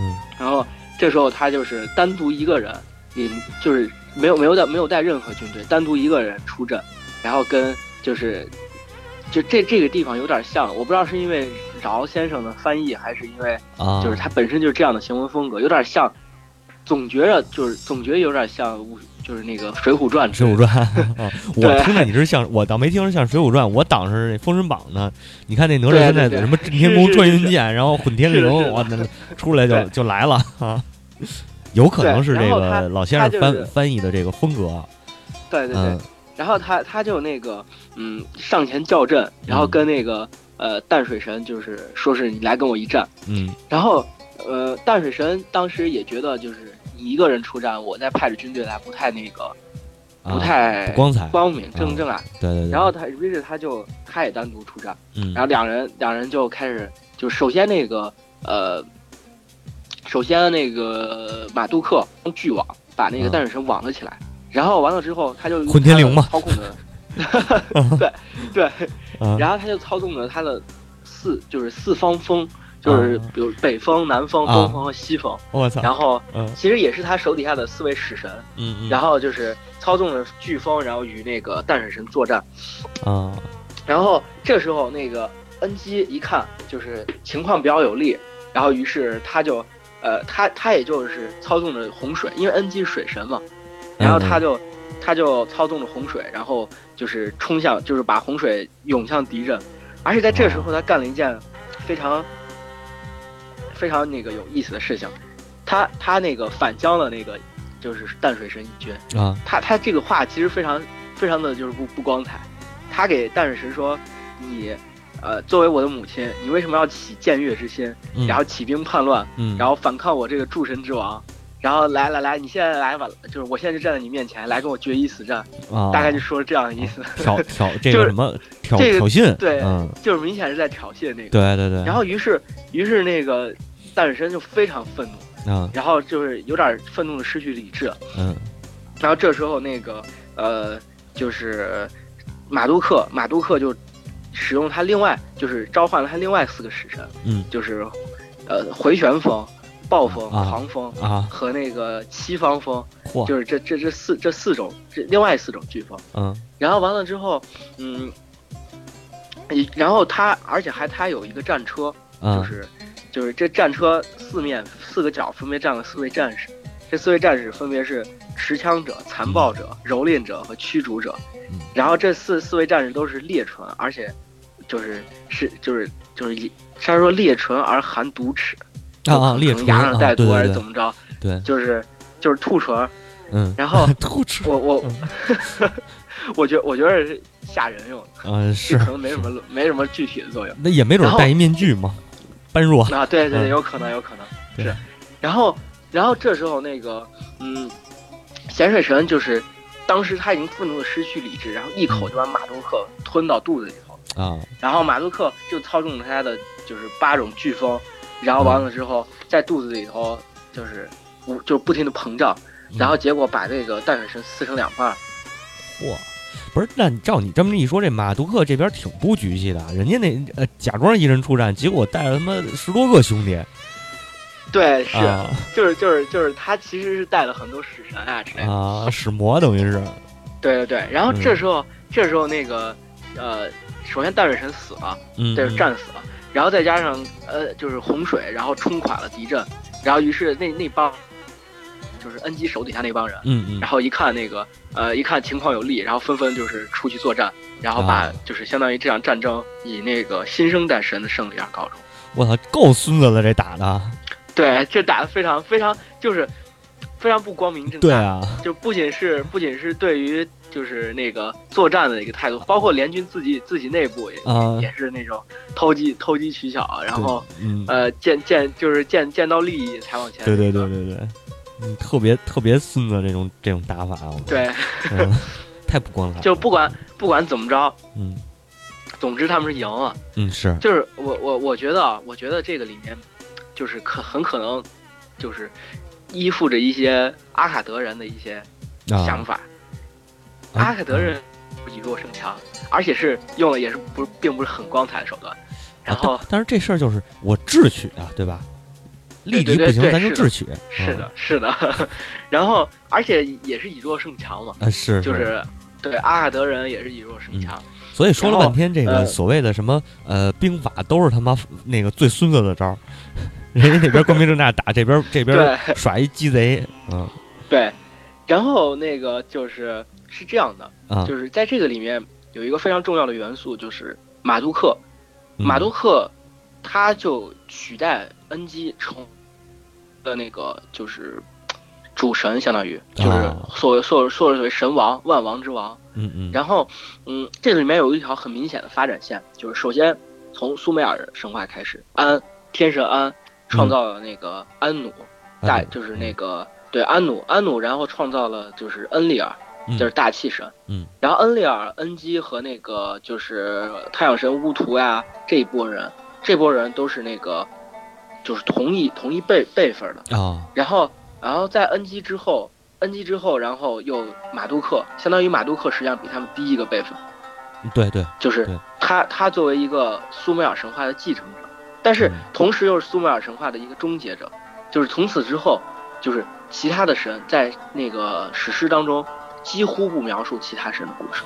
[SPEAKER 1] 嗯
[SPEAKER 2] 然后这时候他就是单独一个人，也就是没有没有带没有带任何军队，单独一个人出阵，然后跟就是。就这这个地方有点像，我不知道是因为饶先生的翻译，还是因为
[SPEAKER 1] 啊，
[SPEAKER 2] 就是他本身就是这样的行文风格，有点像，总觉着就是总觉得有点像武，就是那个《水浒传》。
[SPEAKER 1] 《水浒传》 (laughs) 啊，我
[SPEAKER 2] 对
[SPEAKER 1] 听着你是像，我倒没听着像《水�浒传》，我挡是那《封神榜》呢。你看那哪吒
[SPEAKER 2] 对
[SPEAKER 1] 现在
[SPEAKER 2] 对对
[SPEAKER 1] 什么震天宫、
[SPEAKER 2] 是是
[SPEAKER 1] 穿云
[SPEAKER 2] 是
[SPEAKER 1] 箭，然后混天
[SPEAKER 2] 是的
[SPEAKER 1] 绫，
[SPEAKER 2] 是的
[SPEAKER 1] 哇，那出来就
[SPEAKER 2] 对
[SPEAKER 1] 就来了啊！有可能是这
[SPEAKER 2] 对然后他
[SPEAKER 1] 个老先生
[SPEAKER 2] 他就是
[SPEAKER 1] 翻翻译的这个风格啊，
[SPEAKER 2] 对对对。
[SPEAKER 1] 嗯
[SPEAKER 2] 然后他他就那个嗯上前叫阵，
[SPEAKER 1] 嗯
[SPEAKER 2] 然后跟那个、呃淡水神就是说是你来跟我一战。
[SPEAKER 1] 嗯
[SPEAKER 2] 然后呃淡水神当时也觉得就是你一个人出战，我再派着军队来不太那个
[SPEAKER 1] 啊
[SPEAKER 2] 不，太
[SPEAKER 1] 不光彩，
[SPEAKER 2] 光明正
[SPEAKER 1] 啊
[SPEAKER 2] 正啊。
[SPEAKER 1] 对对对，
[SPEAKER 2] 然后他于是他就他也单独出战。
[SPEAKER 1] 嗯
[SPEAKER 2] 然后两人两人就开始，就首先那个呃，首先那个马杜克用巨网把那个
[SPEAKER 1] 嗯
[SPEAKER 2] 淡水神网了起来，然后完了之后他就用
[SPEAKER 1] 混天
[SPEAKER 2] 他的
[SPEAKER 1] 绫嘛
[SPEAKER 2] 操控
[SPEAKER 1] (laughs)
[SPEAKER 2] 的，对对，
[SPEAKER 1] 啊
[SPEAKER 2] 然后他就操纵着他的四就是四方风，就是比如北风、南风、
[SPEAKER 1] 啊
[SPEAKER 2] 东风和西风，
[SPEAKER 1] 我操，
[SPEAKER 2] 然后
[SPEAKER 1] 嗯
[SPEAKER 2] 其实也是他手底下的四位使神，
[SPEAKER 1] 嗯嗯，
[SPEAKER 2] 然后就是操纵着飓风，然后与那个淡水神作战。
[SPEAKER 1] 啊
[SPEAKER 2] 然后这时候那个恩基一看就是情况比较有利，然后于是他就，呃，他他也就是操纵着洪水，因为恩基是水神嘛，然后他就他就操纵着洪水，然后就是冲向，就是把洪水涌向敌人，而且在这时候他干了一件非常非常那个有意思的事情，他他那个反将了那个就是淡水神一军。
[SPEAKER 1] 啊
[SPEAKER 2] 他他这个话其实非常非常的就是不不光彩。他给淡水神说：“你，呃，作为我的母亲，你为什么要起僭越之心，
[SPEAKER 1] 嗯，
[SPEAKER 2] 然后起兵叛乱，
[SPEAKER 1] 嗯，
[SPEAKER 2] 然
[SPEAKER 1] 后
[SPEAKER 2] 后反抗我这个诸神之王？然后来来来，你现在来吧，就是我现在就站在你面前，来跟我决一死战。”
[SPEAKER 1] 啊，
[SPEAKER 2] 大概就说了这样的意思，
[SPEAKER 1] 挑挑这
[SPEAKER 2] 就
[SPEAKER 1] 个
[SPEAKER 2] 是
[SPEAKER 1] 什么挑
[SPEAKER 2] 这个
[SPEAKER 1] 挑衅，
[SPEAKER 2] 对
[SPEAKER 1] 嗯，
[SPEAKER 2] (laughs) 就是明显是在挑衅那个。
[SPEAKER 1] 对对对，
[SPEAKER 2] 然后于是于是那个淡水神就非常愤怒，
[SPEAKER 1] 啊
[SPEAKER 2] 然后就是有点愤怒的失去理智，
[SPEAKER 1] 嗯
[SPEAKER 2] 然后这时候那个呃，就是马杜克，马杜克就使用他另外就是召唤了他另外四个使神，
[SPEAKER 1] 嗯
[SPEAKER 2] 就是呃回旋风、暴风、
[SPEAKER 1] 啊
[SPEAKER 2] 狂风
[SPEAKER 1] 啊
[SPEAKER 2] 和那个西方风，
[SPEAKER 1] 嚯
[SPEAKER 2] 就是这这这四这四种这另外四种飓风。
[SPEAKER 1] 嗯
[SPEAKER 2] 然后完了之后，嗯，然后他而且还他有一个战车，就
[SPEAKER 1] 嗯
[SPEAKER 2] 是就是这战车四面四个角分别站了四位战士，这四位战士分别是持枪者、残暴者、蹂躏者和驱逐者
[SPEAKER 1] 嗯，
[SPEAKER 2] 然后这四四位战士都是裂唇，而且就是是就是就是一，虽然说裂唇而含毒齿，
[SPEAKER 1] 啊啊
[SPEAKER 2] 就可能
[SPEAKER 1] 裂唇
[SPEAKER 2] 牙上带
[SPEAKER 1] 啊对
[SPEAKER 2] 毒
[SPEAKER 1] 对
[SPEAKER 2] 还是
[SPEAKER 1] 对
[SPEAKER 2] 怎么着，
[SPEAKER 1] 对，
[SPEAKER 2] 就是就是吐唇，
[SPEAKER 1] 嗯，(laughs)
[SPEAKER 2] 然后
[SPEAKER 1] 吐出，
[SPEAKER 2] 我我 (laughs) 我觉我觉得是吓人用的，
[SPEAKER 1] 嗯
[SPEAKER 2] 这
[SPEAKER 1] 是
[SPEAKER 2] 可能没什么没什么具体的作用。
[SPEAKER 1] 那也没准
[SPEAKER 2] 然后
[SPEAKER 1] 戴一面具嘛，般若
[SPEAKER 2] (laughs) 啊，对对
[SPEAKER 1] 嗯
[SPEAKER 2] 对，有可能，有可能
[SPEAKER 1] 对
[SPEAKER 2] 是。然后，然后这时候那个，嗯，咸水神就是当时他已经愤怒的失去理智，然后一
[SPEAKER 1] 嗯
[SPEAKER 2] 口就把马杜克吞到肚子里头，
[SPEAKER 1] 啊
[SPEAKER 2] 然后马杜克就操纵了他的就是八种飓风，然后完了之
[SPEAKER 1] 嗯
[SPEAKER 2] 后在肚子里头就是无就不停的膨胀，
[SPEAKER 1] 嗯
[SPEAKER 2] 然后结果把这个淡水神撕成两半儿。
[SPEAKER 1] 嚯。不是，那照你这么一说，这马杜克这边挺布局气的啊，人家那呃假装一人出战，结果带着他妈十多个兄弟
[SPEAKER 2] 对，是，
[SPEAKER 1] 啊
[SPEAKER 2] 就是就是就是他其实是带了很多死神啊之类的。
[SPEAKER 1] 啊，使魔等于是
[SPEAKER 2] 对对对，然后
[SPEAKER 1] 嗯
[SPEAKER 2] 这时候、这时候那个呃，首先淡水神死了，
[SPEAKER 1] 嗯，
[SPEAKER 2] 这是
[SPEAKER 1] 嗯
[SPEAKER 2] 战死了，然后再加上呃就是洪水，然后冲垮了敌阵，然后于是那那帮就是恩基手底下那帮人，
[SPEAKER 1] 嗯嗯
[SPEAKER 2] 然后一看那个呃一看情况有利，然后纷纷就是出去作战，然后把
[SPEAKER 1] 啊
[SPEAKER 2] 就是相当于这场战争以那个新生代神的胜利而告终。
[SPEAKER 1] 我操，够孙子的这打的，
[SPEAKER 2] 对，这打得非常非常就是非常不光明正大。
[SPEAKER 1] 对啊，
[SPEAKER 2] 就不仅是不仅是对于就是那个作战的一个态度，包括联军自己自己内部也、
[SPEAKER 1] 啊
[SPEAKER 2] 也是那种偷鸡偷鸡取巧，然后
[SPEAKER 1] 嗯，
[SPEAKER 2] 呃见见就是见见到利益才往前。
[SPEAKER 1] 对对对对对，嗯，特别特别孙子这种这种打法，啊我
[SPEAKER 2] 对，
[SPEAKER 1] 嗯， (laughs) 太不光彩了，
[SPEAKER 2] 就不管不管怎么着，
[SPEAKER 1] 嗯
[SPEAKER 2] 总之他们是赢了。
[SPEAKER 1] 嗯是，
[SPEAKER 2] 就是我我我觉得啊，我觉得这个里面就是可很可能就是依附着一些阿卡德人的一些
[SPEAKER 1] 啊
[SPEAKER 2] 想法。
[SPEAKER 1] 啊
[SPEAKER 2] 阿卡德人以弱胜强，而且是用了也是不并不是很光彩的手段。然后
[SPEAKER 1] (laughs) 啊但但是这事儿就是我智取啊，对吧？利敌
[SPEAKER 2] 对对
[SPEAKER 1] 不行，
[SPEAKER 2] 对
[SPEAKER 1] 咱就是
[SPEAKER 2] 的
[SPEAKER 1] 智取。
[SPEAKER 2] 是
[SPEAKER 1] 嗯
[SPEAKER 2] 的，是的， (laughs) 然后而且也是以弱胜强嘛，
[SPEAKER 1] 啊是
[SPEAKER 2] 就是对阿卡德人也是以弱胜强。
[SPEAKER 1] 所以说了
[SPEAKER 2] 然后
[SPEAKER 1] 半天，这个
[SPEAKER 2] 呃
[SPEAKER 1] 所谓的什么呃兵法都是他妈那个最孙子的招儿，人家那边光明正大打，这边这边
[SPEAKER 2] 对
[SPEAKER 1] 耍一鸡贼，嗯
[SPEAKER 2] 对，然后那个就是是这样的，
[SPEAKER 1] 啊，
[SPEAKER 2] 就是在这个里面有一个非常重要的元素，就是马杜克。
[SPEAKER 1] 嗯
[SPEAKER 2] 马杜克他就取代恩基成的那个就是主神，相当于就是
[SPEAKER 1] 啊
[SPEAKER 2] 所谓所谓所谓神王万王之王。
[SPEAKER 1] 嗯嗯，
[SPEAKER 2] 然后，嗯，这里面有一条很明显的发展线，就是首先从苏美尔神话开始，安天神安创造了那个安努，
[SPEAKER 1] 嗯
[SPEAKER 2] 大就是那个对安努安努，然后创造了就是恩利尔，
[SPEAKER 1] 嗯
[SPEAKER 2] 就是大气神，
[SPEAKER 1] 嗯，
[SPEAKER 2] 然后恩利尔、恩基和那个就是太阳神乌图呀这一波人，这波人都是那个就是同一同一辈辈分的，
[SPEAKER 1] 啊
[SPEAKER 2] 然后，然后在 N 基之后，N 基之后，然后又马杜克，相当于马杜克实际上比他们低一个辈分，
[SPEAKER 1] 对对
[SPEAKER 2] 就是
[SPEAKER 1] 对
[SPEAKER 2] 他他作为一个苏美尔神话的继承者，但是
[SPEAKER 1] 嗯
[SPEAKER 2] 同时又是苏美尔神话的一个终结者，就是从此之后，就是其他的神在那个史诗当中几乎不描述其他神的故事，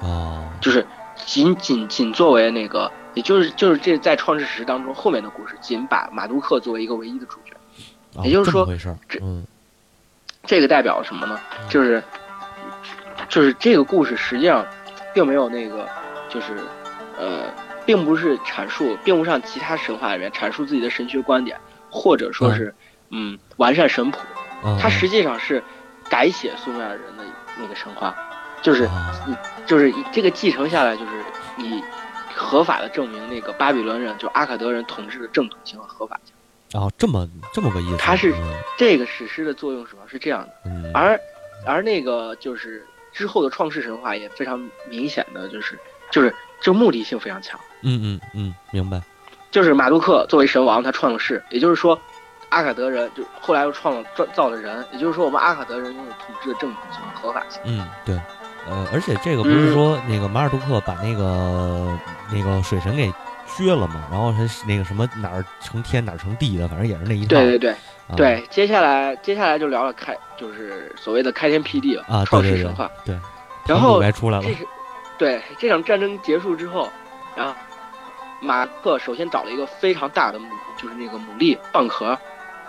[SPEAKER 1] 啊
[SPEAKER 2] 就是仅仅仅作为那个，也就是就是这在创世史当中后面的故事，仅把马杜克作为一个唯一的主角。
[SPEAKER 1] 啊
[SPEAKER 2] 也就是
[SPEAKER 1] 这么
[SPEAKER 2] 说
[SPEAKER 1] 回事儿
[SPEAKER 2] 这
[SPEAKER 1] 嗯
[SPEAKER 2] 这个代表了什么呢？就是，就是这个故事实际上并没有那个，就是，呃，并不是阐述，并不像其他神话里面阐述自己的神学观点，或者说是，嗯，完善神谱。
[SPEAKER 1] 啊
[SPEAKER 2] 它实际上是改写苏美尔人的那个神话，就是
[SPEAKER 1] 啊
[SPEAKER 2] 就是以这个继承下来，就是以合法的证明那个巴比伦人，就阿卡德人统治的正统性和合法性。
[SPEAKER 1] 啊这么这么个意思，
[SPEAKER 2] 它是
[SPEAKER 1] 嗯
[SPEAKER 2] 这个史诗的作用主要是这样的。
[SPEAKER 1] 嗯
[SPEAKER 2] 而而那个就是之后的创世神话也非常明显的就是就是就目的性非常强，
[SPEAKER 1] 嗯嗯嗯明白
[SPEAKER 2] 就是马杜克作为神王他创了世，也就是说阿卡德人就后来又创了造造了人，也就是说我们阿卡德人拥有统治的正统性和合法性。
[SPEAKER 1] 嗯对。呃，而且这个不是
[SPEAKER 2] 嗯
[SPEAKER 1] 说那个马尔杜克把那个那个水神给撅了嘛，然后他是那个什么哪儿成天哪儿成地的，反正也是那一套。
[SPEAKER 2] 对对对
[SPEAKER 1] 啊
[SPEAKER 2] 对，接下来接下来就聊了开就是所谓的开天辟地了
[SPEAKER 1] 啊，
[SPEAKER 2] 创
[SPEAKER 1] 对
[SPEAKER 2] 世
[SPEAKER 1] 对
[SPEAKER 2] 神话
[SPEAKER 1] 对，对。
[SPEAKER 2] 然后
[SPEAKER 1] 白出来
[SPEAKER 2] 这
[SPEAKER 1] 了，
[SPEAKER 2] 是对这场战争结束之后，然后马克首先找了一个非常大的牡，就是那个牡蛎蚌壳，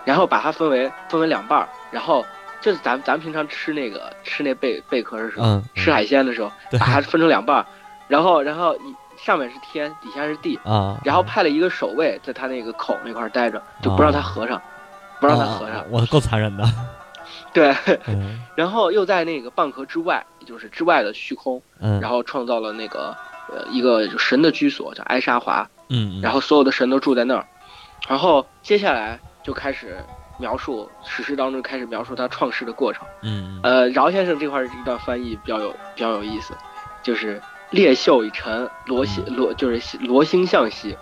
[SPEAKER 2] 然后把它分为分为两半儿，然后就是咱咱平常吃那个吃那贝贝壳的时候，
[SPEAKER 1] 嗯，
[SPEAKER 2] 吃海鲜的时候，
[SPEAKER 1] 对
[SPEAKER 2] 把它分成两半儿，然后然后一上面是天，底下是地，
[SPEAKER 1] 啊，
[SPEAKER 2] 然后派了一个守卫在他那个口那块儿待着，就不让
[SPEAKER 1] 哦
[SPEAKER 2] 他合上，不让他合上，
[SPEAKER 1] 啊我够残忍的，
[SPEAKER 2] (laughs)
[SPEAKER 1] 哦
[SPEAKER 2] 对，
[SPEAKER 1] 嗯
[SPEAKER 2] 然后又在那个蚌壳之外，也就是之外的虚空。
[SPEAKER 1] 嗯，
[SPEAKER 2] 然
[SPEAKER 1] 后
[SPEAKER 2] 后创造了那个呃一个神的居所叫埃沙华，
[SPEAKER 1] 嗯，
[SPEAKER 2] 然
[SPEAKER 1] 后
[SPEAKER 2] 后所有的神都住在那儿，然后接下来就开始描述史诗当中开始描述他创世的过程。
[SPEAKER 1] 嗯嗯
[SPEAKER 2] 呃，饶先生这块儿一段翻译比较有比较有意思，就是列宿已沉，罗星
[SPEAKER 1] 嗯
[SPEAKER 2] 罗就是罗星向西，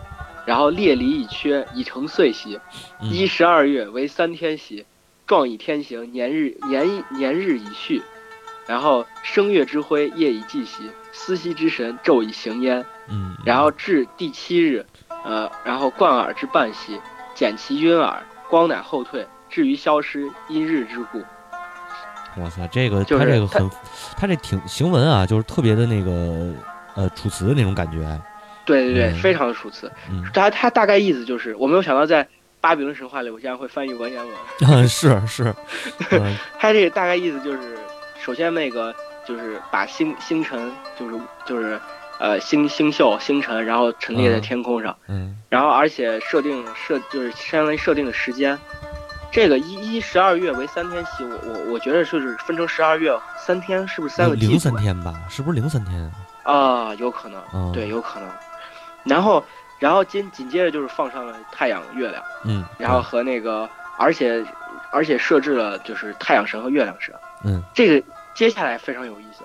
[SPEAKER 2] 然后列离已缺，已成岁兮，
[SPEAKER 1] 嗯
[SPEAKER 2] 一十二月为三天兮，壮以天行，年日年年日已续，然后生月之辉，夜以继兮，思兮之神，昼以行焉。
[SPEAKER 1] 嗯，
[SPEAKER 2] 然后至第七日，呃，然后贯耳之半兮，减其晕耳，光乃后退，至于消失，因日之故。
[SPEAKER 1] 我操，这个
[SPEAKER 2] 就
[SPEAKER 1] 他
[SPEAKER 2] 是
[SPEAKER 1] 这个很，他这挺行文啊，就是特别的那个呃楚辞的那种感觉，
[SPEAKER 2] 对对对，
[SPEAKER 1] 嗯
[SPEAKER 2] 非常的数次。
[SPEAKER 1] 嗯
[SPEAKER 2] 他他大概意思就是，我没有想到在巴比伦神话里，我这样会翻译文言文。 (laughs)
[SPEAKER 1] 嗯， (laughs) 是是，嗯
[SPEAKER 2] 它这个大概意思就是，首先那个就是把星星辰，就是就是呃星星宿星辰，然后陈列在
[SPEAKER 1] 嗯
[SPEAKER 2] 天空上，
[SPEAKER 1] 嗯
[SPEAKER 2] 然后而且设定设就是相当于设定的时间。这个一一十二月为三天期，我我我觉得就是分成十二月三天，是不是三个
[SPEAKER 1] 零
[SPEAKER 2] 季
[SPEAKER 1] 零
[SPEAKER 2] 度
[SPEAKER 1] 三天吧？是不是零三天啊？
[SPEAKER 2] 啊？有可能，
[SPEAKER 1] 嗯
[SPEAKER 2] 对，，有可能。然后然后紧紧接着就是放上了太阳、月亮，
[SPEAKER 1] 嗯，
[SPEAKER 2] 然后和那个而且而且设置了就是太阳神和月亮神。
[SPEAKER 1] 嗯，
[SPEAKER 2] 这个接下来非常有意思，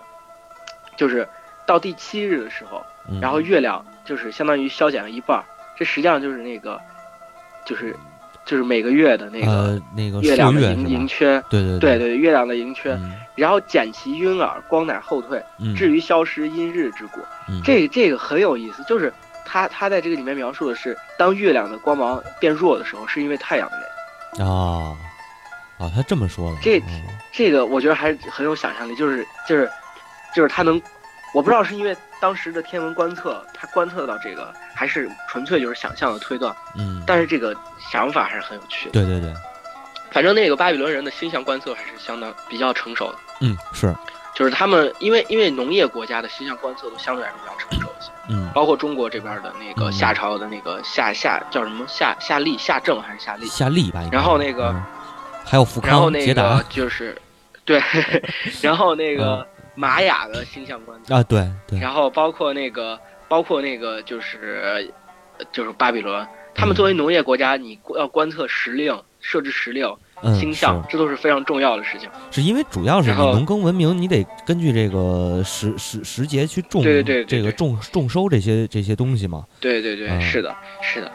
[SPEAKER 2] 就是到第七日的时候，
[SPEAKER 1] 嗯
[SPEAKER 2] 然后月亮就是相当于消减了一半儿，这实际上就是那个，就是就是每个月的那个
[SPEAKER 1] 呃那个朔
[SPEAKER 2] 月亮的
[SPEAKER 1] 月是
[SPEAKER 2] 盈盈
[SPEAKER 1] 吧？
[SPEAKER 2] 缺，
[SPEAKER 1] 对对
[SPEAKER 2] 对
[SPEAKER 1] 对，
[SPEAKER 2] 对，月亮的盈缺，
[SPEAKER 1] 嗯
[SPEAKER 2] 然后减其晕耳，光乃后退，
[SPEAKER 1] 嗯，
[SPEAKER 2] 至于消失因日之故。
[SPEAKER 1] 嗯
[SPEAKER 2] 这这个很有意思，就是他他在这个里面描述的是，当月亮的光芒变弱的时候，是因为太阳的原因。
[SPEAKER 1] 啊啊，他这么说的，
[SPEAKER 2] 这
[SPEAKER 1] 嗯
[SPEAKER 2] 这个我觉得还是很有想象力，就是就是就是他能，我不知道是因为当时的天文观测，他观测到这个，还是纯粹就是想象的推断，
[SPEAKER 1] 嗯，
[SPEAKER 2] 但是这个想法还是很有趣的。
[SPEAKER 1] 对对对，
[SPEAKER 2] 反正那个巴比伦人的星象观测还是相当比较成熟的，
[SPEAKER 1] 嗯是，
[SPEAKER 2] 就是他们因为因为农业国家的星象观测都相对来说比较成熟一些，
[SPEAKER 1] 嗯
[SPEAKER 2] 包括中国这边的那个
[SPEAKER 1] 嗯
[SPEAKER 2] 夏朝的那个夏夏叫什么夏夏历夏正还是夏历，
[SPEAKER 1] 夏利吧，应该
[SPEAKER 2] 然后
[SPEAKER 1] 是
[SPEAKER 2] 那个
[SPEAKER 1] 嗯还有富
[SPEAKER 2] 然后
[SPEAKER 1] 康、
[SPEAKER 2] 那
[SPEAKER 1] 捷达嗯
[SPEAKER 2] 个就是，对， (laughs) 然后那个玛雅的星象观测。
[SPEAKER 1] 啊，对对，
[SPEAKER 2] 然后包括那个，包括那个就是，呃就是巴比伦，他们
[SPEAKER 1] 嗯
[SPEAKER 2] 作为农业国家，你要观测时令、设置时令、
[SPEAKER 1] 嗯
[SPEAKER 2] 星
[SPEAKER 1] 是
[SPEAKER 2] 象，这都是非常重要的事情。
[SPEAKER 1] 是因为主要是你
[SPEAKER 2] 然后
[SPEAKER 1] 农耕文明，你得根据这个时时时节去种，
[SPEAKER 2] 对对对对
[SPEAKER 1] 这个
[SPEAKER 2] 对
[SPEAKER 1] 种种收这些这些东西嘛。
[SPEAKER 2] 对对对，
[SPEAKER 1] 嗯
[SPEAKER 2] 是的，是的。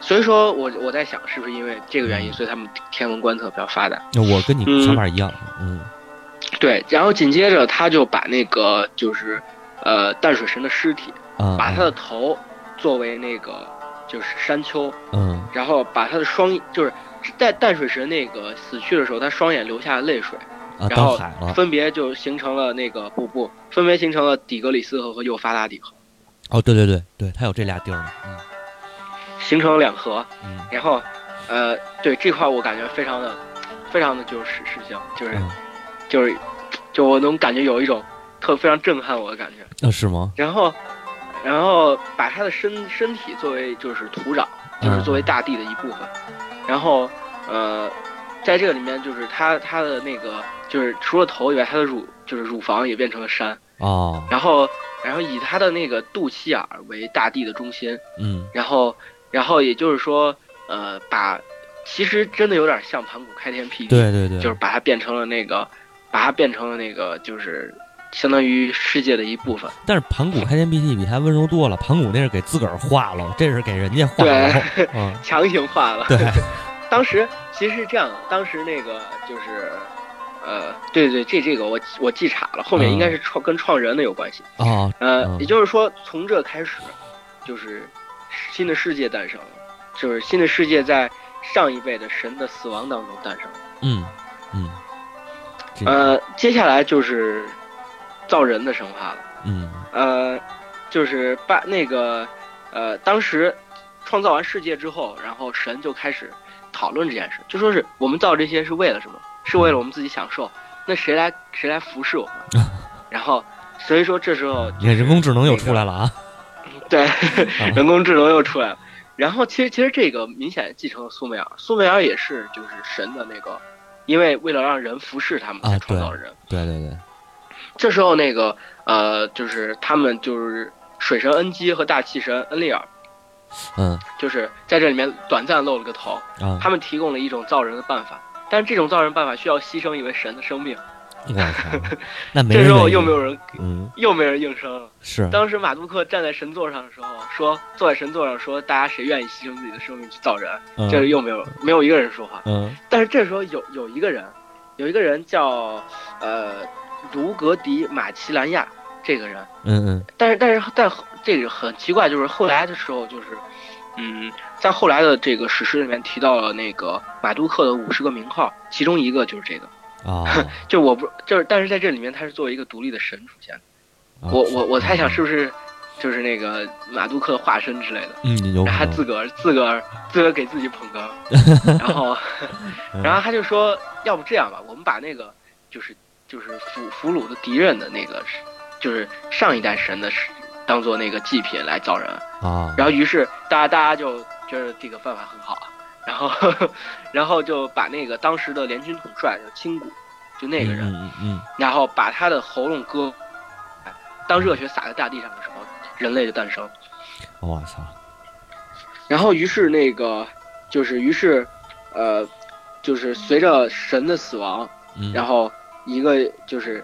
[SPEAKER 2] 所以说我我在想，是不是因为这
[SPEAKER 1] 嗯
[SPEAKER 2] 个原因，所以他们天文观测比较发达？
[SPEAKER 1] 那我跟你
[SPEAKER 2] 嗯
[SPEAKER 1] 想法一样，嗯
[SPEAKER 2] 对，然后紧接着他就把那个就是，呃，淡水神的尸体，
[SPEAKER 1] 啊，
[SPEAKER 2] 把
[SPEAKER 1] 啊
[SPEAKER 2] 他的头作为那个就是山丘，
[SPEAKER 1] 嗯
[SPEAKER 2] 然后把他的双就是在淡水神那个死去的时候，他双眼流下泪水，
[SPEAKER 1] 啊
[SPEAKER 2] 然
[SPEAKER 1] 当
[SPEAKER 2] 后
[SPEAKER 1] 海了
[SPEAKER 2] 分别就形成了那个不不，分别形成了底格里斯河和幼发拉底河，
[SPEAKER 1] 哦，对对对对，它有这俩地儿呢，
[SPEAKER 2] 形成了两河。
[SPEAKER 1] 嗯嗯
[SPEAKER 2] 然后，呃，对这块我感觉非常的，非常的就是实性，就是
[SPEAKER 1] 嗯，
[SPEAKER 2] 就是，就我能感觉有一种特非常震撼我的感觉。
[SPEAKER 1] 那是吗？
[SPEAKER 2] 然后，然后把他的身身体作为就是土壤，就是作为大地的一部分。然后，呃，在这个里面，就是他他的那个，就是除了头以外，他的乳就是乳房也变成了山。
[SPEAKER 1] 哦，
[SPEAKER 2] 然后，然后以他的那个肚脐眼儿为大地的中心。
[SPEAKER 1] 嗯
[SPEAKER 2] 然后，然后也就是说，呃，把其实真的有点像盘古开天辟地，
[SPEAKER 1] 对对对，
[SPEAKER 2] 就是把它变成了那个，把它变成了那个，就是相当于世界的一部分。
[SPEAKER 1] 但是盘古开天辟地比它温柔多了，盘古那是给自个儿画了，这是给人家画了，嗯，
[SPEAKER 2] 强行化了。
[SPEAKER 1] 对，
[SPEAKER 2] (laughs) 当时其实是这样的，当时那个就是，呃，对对，这这个我我记岔了，后面应该是创、跟创人的有关系。
[SPEAKER 1] 哦，
[SPEAKER 2] 呃，
[SPEAKER 1] 嗯
[SPEAKER 2] 也就是说从这开始，就是新的世界诞生了，就是新的世界在上一辈的神的死亡当中诞生了。
[SPEAKER 1] 嗯嗯，这
[SPEAKER 2] 呃，接下来就是造人的神话了。
[SPEAKER 1] 嗯
[SPEAKER 2] 呃，就是把那个呃，当时创造完世界之后，然后神就开始讨论这件事，就说是我们造这些是为了什么？是为了我们自己享受？那谁来谁来服侍我
[SPEAKER 1] (laughs)
[SPEAKER 2] 们？然后所以说这时候
[SPEAKER 1] 你看人工智能又出来了啊，
[SPEAKER 2] 对人工智能又出来了。然后其实其实这个明显继承了苏美尔，苏美尔也是就是神的那个，因为为了让人服侍他们
[SPEAKER 1] 啊
[SPEAKER 2] 才创造
[SPEAKER 1] 对
[SPEAKER 2] 人。
[SPEAKER 1] 对对对，
[SPEAKER 2] 这时候那个呃，就是他们就是水神恩基和大气神恩利尔，
[SPEAKER 1] 嗯
[SPEAKER 2] 就是在这里面短暂露了个头。
[SPEAKER 1] 啊，
[SPEAKER 2] 他们提供了一种造人的办法，但是这种造人办法需要牺牲一位神的生命。
[SPEAKER 1] 我
[SPEAKER 2] (laughs)
[SPEAKER 1] 操，那没
[SPEAKER 2] 这
[SPEAKER 1] 人
[SPEAKER 2] 时
[SPEAKER 1] 愿
[SPEAKER 2] 候
[SPEAKER 1] 意
[SPEAKER 2] 又没有人，
[SPEAKER 1] 嗯
[SPEAKER 2] 又没人应声了。
[SPEAKER 1] 是
[SPEAKER 2] 当时马杜克站在神座上的时候，说坐在神座上说，大家谁愿意牺牲自己的生命去造人？
[SPEAKER 1] 嗯
[SPEAKER 2] 这里又没有没有一个人说话。
[SPEAKER 1] 嗯
[SPEAKER 2] 但是这时候有有一个人，有一个人叫呃卢格迪马奇兰亚这个人，
[SPEAKER 1] 嗯嗯
[SPEAKER 2] 但是但是但这个很奇怪，就是后来的时候，就是嗯，在后来的这个史诗里面提到了那个马杜克的五十个名号，其中一个就是这个，
[SPEAKER 1] 啊，
[SPEAKER 2] 就 (laughs) 我不就是，但是在这里面他是作为一个独立的神出现的，
[SPEAKER 1] 啊
[SPEAKER 2] 我我我猜想是不是就是那个马杜克化身之类的。
[SPEAKER 1] 嗯，有可
[SPEAKER 2] 然后他
[SPEAKER 1] 能
[SPEAKER 2] 自个儿自个儿自个儿给自己捧哏，
[SPEAKER 1] (laughs)
[SPEAKER 2] 然后
[SPEAKER 1] 嗯
[SPEAKER 2] (laughs) 然后他就说，要不这样吧，我们把那个就是就是俘俘虏的敌人的那个是就是上一代神的是当做那个祭品来造人，
[SPEAKER 1] 啊，
[SPEAKER 2] 然后于是大家大家就觉得这个办法很好啊，然后 (laughs) 然后就把那个当时的联军统帅叫青谷，就那个人，
[SPEAKER 1] 嗯嗯
[SPEAKER 2] 然后把他的喉咙割，当热血洒在大地上的时候，人类就诞生。
[SPEAKER 1] 嗯，我操，
[SPEAKER 2] 然后于是那个就是于是，呃，就是随着神的死亡，
[SPEAKER 1] 嗯，
[SPEAKER 2] 然后一个就是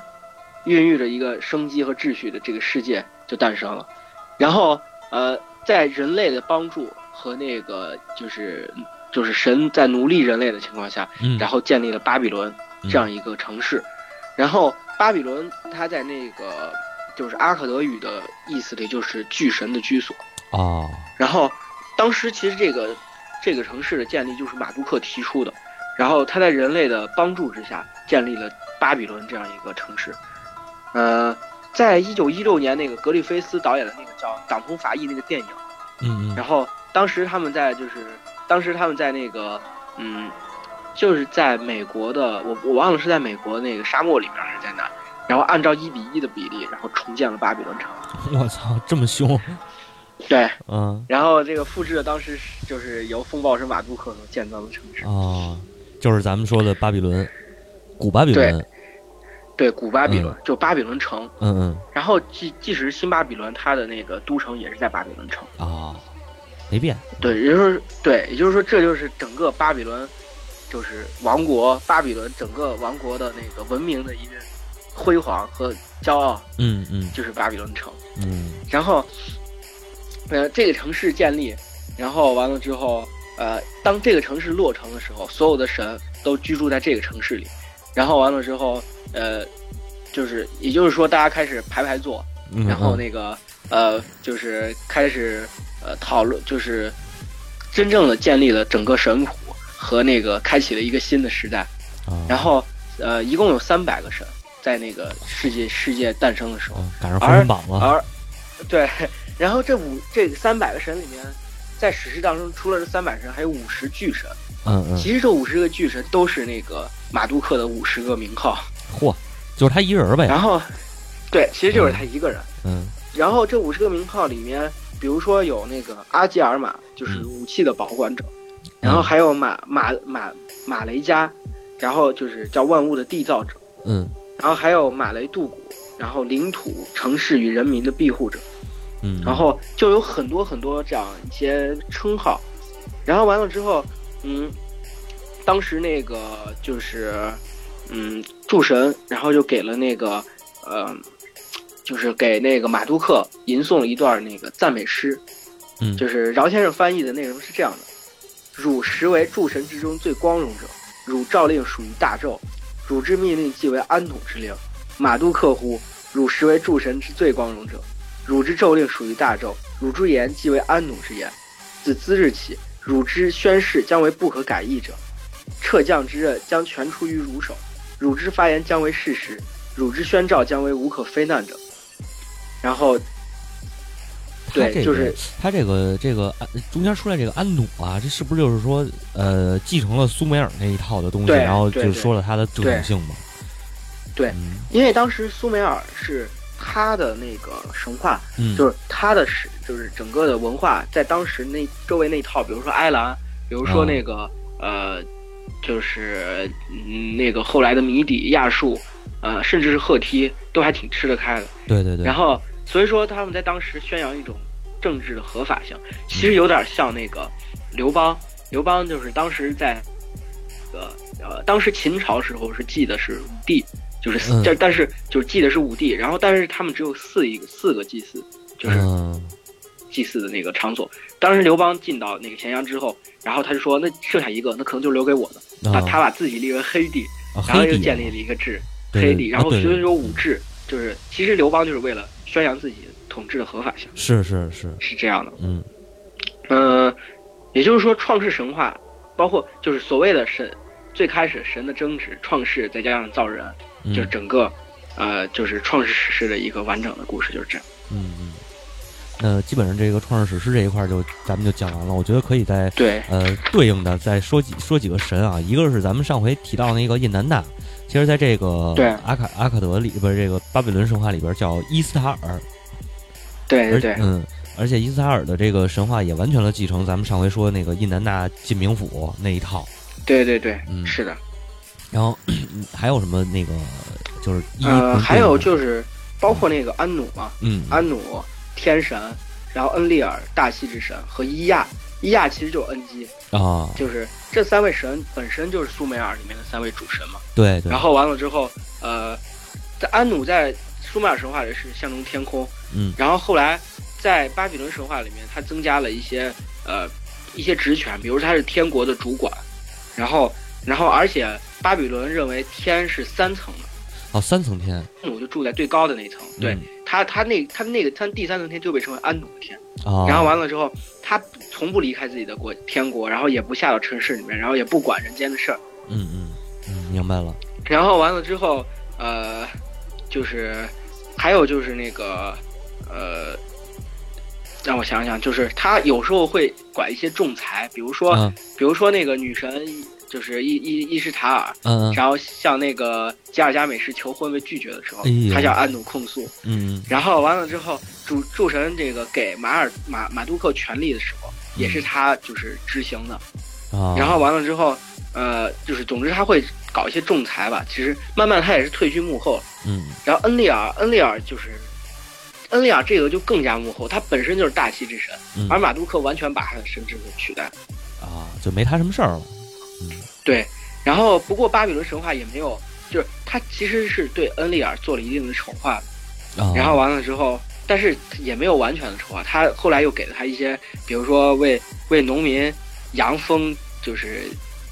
[SPEAKER 2] 孕育着一个生机和秩序的这个世界就诞生了。然后呃，在人类的帮助和那个就是就是神在奴隶人类的情况下，
[SPEAKER 1] 嗯，
[SPEAKER 2] 然
[SPEAKER 1] 后
[SPEAKER 2] 后建立了巴比伦
[SPEAKER 1] 嗯
[SPEAKER 2] 这样一个城市。然后巴比伦它在那个就是阿克德语的意思里就是巨神的居所。
[SPEAKER 1] 哦，
[SPEAKER 2] 然后当时其实这个这个城市的建立就是马杜克提出的，然后他在人类的帮助之下建立了巴比伦这样一个城市。呃，在一九一六年那个格里菲斯导演的那个叫《党同伐异》那个电影，
[SPEAKER 1] 嗯嗯
[SPEAKER 2] 然后当时他们在就是当时他们在那个嗯，就是在美国的我我忘了是在美国那个沙漠里面还是在哪，然后按照一比一的比例，然后重建了巴比伦城。，
[SPEAKER 1] 我操，这么 (laughs) 凶，
[SPEAKER 2] 对，
[SPEAKER 1] 嗯
[SPEAKER 2] 然后这个复制了当时是就是由风暴神马杜克所建造的城市，
[SPEAKER 1] 哦，就是咱们说的巴比伦，古巴比伦，
[SPEAKER 2] 对，古巴比伦、就巴比伦城。
[SPEAKER 1] 嗯嗯
[SPEAKER 2] 然后即即使是新巴比伦，它的那个都城也是在巴比伦城。
[SPEAKER 1] 啊、没变，
[SPEAKER 2] 对，也就是对，也就是说这就是整个巴比伦，就是王国巴比伦整个王国的那个文明的一个辉煌和骄傲，
[SPEAKER 1] 嗯嗯
[SPEAKER 2] 就是巴比伦城。
[SPEAKER 1] 嗯
[SPEAKER 2] 然后，呃，这个城市建立，然后完了之后，呃，当这个城市落成的时候，所有的神都居住在这个城市里，然后完了之后，呃，就是也就是说，大家开始排排坐，
[SPEAKER 1] 嗯，
[SPEAKER 2] 然后
[SPEAKER 1] 嗯
[SPEAKER 2] 那个呃，就是开始呃讨论，就是真正的建立了整个神谱和那个开启了一个新的时代。
[SPEAKER 1] 啊
[SPEAKER 2] 然后呃，一共有三百个神在那个世界世界诞生的时候。
[SPEAKER 1] 嗯赶上封神榜了，
[SPEAKER 2] 而对，然后这五这三百个神里面，在史诗当中，除了这三百神，还有五十巨神。
[SPEAKER 1] 嗯嗯，
[SPEAKER 2] 其实这五十个巨神都是那个马杜克的五十个名号。
[SPEAKER 1] 嚯，就是他一人呗，
[SPEAKER 2] 然后，对，其实就是他一个人。
[SPEAKER 1] 哎嗯
[SPEAKER 2] 然后这五十个名号里面，比如说有那个阿基尔玛，就是
[SPEAKER 1] 嗯
[SPEAKER 2] 武器的保管者，然后还有马马马马雷加，然后就是叫万物的缔造者，
[SPEAKER 1] 嗯
[SPEAKER 2] 然后还有马雷杜古，然后领土、城市与人民的庇护者。
[SPEAKER 1] 嗯，
[SPEAKER 2] 然后就有很多很多这样一些称号，然后完了之后，嗯，当时那个就是，嗯，诸神，然后就给了那个，呃，就是给那个马杜克吟诵了一段那个赞美诗，
[SPEAKER 1] 嗯
[SPEAKER 2] 就是饶先生翻译的内容是这样的：汝实为诸神之中最光荣者，汝诏令属于大纣，汝之命令即为安统之令。马杜克乎，汝实为诸神之最光荣者。汝之咒令属于大咒，汝之言即为安奴之言。自兹日起，汝之宣誓将为不可改易者，撤将之任将全出于汝手，汝之发言将为事实，汝之宣召将为无可非难者。然后，
[SPEAKER 1] 他
[SPEAKER 2] 对，
[SPEAKER 1] 这个
[SPEAKER 2] 就是
[SPEAKER 1] 他这个这个安中间出来这个安努啊，这是不是就是说呃继承了苏美尔那一套的东西，
[SPEAKER 2] 对
[SPEAKER 1] 然后
[SPEAKER 2] 对
[SPEAKER 1] 就
[SPEAKER 2] 对
[SPEAKER 1] 说了他的正统性嘛？
[SPEAKER 2] 对
[SPEAKER 1] 嗯
[SPEAKER 2] 因为当时苏美尔是他的那个神话，
[SPEAKER 1] 嗯，
[SPEAKER 2] 就是是他的史，就是整个的文化，在当时那周围那一套，比如说埃兰，比如说那个、呃，就是嗯那个后来的谜底、亚述，呃，甚至是赫梯，都还挺吃得开的。
[SPEAKER 1] 对对对，
[SPEAKER 2] 然后所以说他们在当时宣扬一种政治的合法性，其实有点像那个刘邦，刘邦就是当时在，呃呃，当时秦朝时候是记的是五帝，就是
[SPEAKER 1] 嗯
[SPEAKER 2] 四，但、但是就是记的是五帝，然后但是他们只有四一个四个祭祀，就是
[SPEAKER 1] 嗯
[SPEAKER 2] 祭祀的那个场所。当时刘邦进到那个咸阳之后，然后他就说那剩下一个，那可能就留给我了，他
[SPEAKER 1] 啊
[SPEAKER 2] 他把自己立为黑帝，
[SPEAKER 1] 啊
[SPEAKER 2] 然后
[SPEAKER 1] 黑
[SPEAKER 2] 又
[SPEAKER 1] 帝
[SPEAKER 2] 建立了一个制。
[SPEAKER 1] 对
[SPEAKER 2] 黑
[SPEAKER 1] 对
[SPEAKER 2] 帝，
[SPEAKER 1] 对
[SPEAKER 2] 然后
[SPEAKER 1] 啊对
[SPEAKER 2] 所以
[SPEAKER 1] 对
[SPEAKER 2] 说武治就是，其实刘邦就是为了宣扬自己统治的合法性，
[SPEAKER 1] 是是是，
[SPEAKER 2] 是这样的。
[SPEAKER 1] 嗯
[SPEAKER 2] 嗯，也就是说，创世神话，包括就是所谓的神，最开始神的争执、创世，再加上造人，
[SPEAKER 1] 嗯
[SPEAKER 2] 就是整个，呃，就是创世史诗的一个完整的故事，就是这样。
[SPEAKER 1] 嗯嗯，呃，基本上这个创世史诗这一块儿就咱们就讲完了。我觉得可以再
[SPEAKER 2] 对，
[SPEAKER 1] 呃对应的再说几说几个神啊，一个是咱们上回提到那个印南大，其实在这个
[SPEAKER 2] 对
[SPEAKER 1] 阿卡阿卡德里不是这个巴比伦神话里边叫伊斯塔尔，
[SPEAKER 2] 对
[SPEAKER 1] 而
[SPEAKER 2] 对对，
[SPEAKER 1] 嗯，而且伊斯塔尔的这个神话也完全的继承咱们上回说那个印南大进冥府那一套。
[SPEAKER 2] 对对对，
[SPEAKER 1] 嗯
[SPEAKER 2] 是的。
[SPEAKER 1] 然后 (coughs) 还有什么那个就是一
[SPEAKER 2] 呃，还有就是是包括那个安努嘛，
[SPEAKER 1] 嗯
[SPEAKER 2] 安努天神，然后恩利尔大西之神和伊亚，伊亚其实就是恩基，
[SPEAKER 1] 啊
[SPEAKER 2] 就是这三位神本身就是苏美尔里面的三位主神嘛。
[SPEAKER 1] 对对
[SPEAKER 2] 然后完了之后，呃，在安努在苏美尔神话里是象征天空，
[SPEAKER 1] 嗯
[SPEAKER 2] 然后后来在巴比伦神话里面，他增加了一些呃一些职权，比如他是天国的主管，然后然后而且巴比伦认为天是三层的，
[SPEAKER 1] 哦三层天
[SPEAKER 2] 安努就住在最高的那一层，对、
[SPEAKER 1] 嗯
[SPEAKER 2] 他他那他那个他第三层天就被称为安努天，
[SPEAKER 1] 啊
[SPEAKER 2] 然后完了之后，他从不离开自己的国天国，然后也不下到城市里面，然后也不管人间的事儿，
[SPEAKER 1] 嗯嗯嗯明白了
[SPEAKER 2] 然后完了之后，呃，就是还有就是那个呃，让我想想，就是他有时候会管一些仲裁，比如说、
[SPEAKER 1] 嗯
[SPEAKER 2] 比如说那个女神就是伊伊伊什塔尔，
[SPEAKER 1] 嗯嗯
[SPEAKER 2] 然后向那个吉尔加美什求婚被拒绝的时候
[SPEAKER 1] 哎呀，
[SPEAKER 2] 他向安努控诉，
[SPEAKER 1] 嗯
[SPEAKER 2] 然后完了之后，主诸神这个给马尔马马杜克权力的时候，也是他就是执行的。
[SPEAKER 1] 嗯啊
[SPEAKER 2] 然后完了之后，呃，就是总之他会搞一些仲裁吧。其实慢慢他也是退居幕后了。
[SPEAKER 1] 嗯
[SPEAKER 2] 然后恩利尔，恩利尔就是恩利尔这个就更加幕后，他本身就是大气之神，
[SPEAKER 1] 嗯
[SPEAKER 2] 而马杜克完全把他的神职给取代了。
[SPEAKER 1] 啊就没他什么事儿了嗯
[SPEAKER 2] 对，然后不过巴比伦神话也没有，就是他其实是对恩利尔做了一定的丑化的
[SPEAKER 1] 啊
[SPEAKER 2] 然后完了之后，但是也没有完全的丑化，他后来又给了他一些，比如说为为农民扬风，就是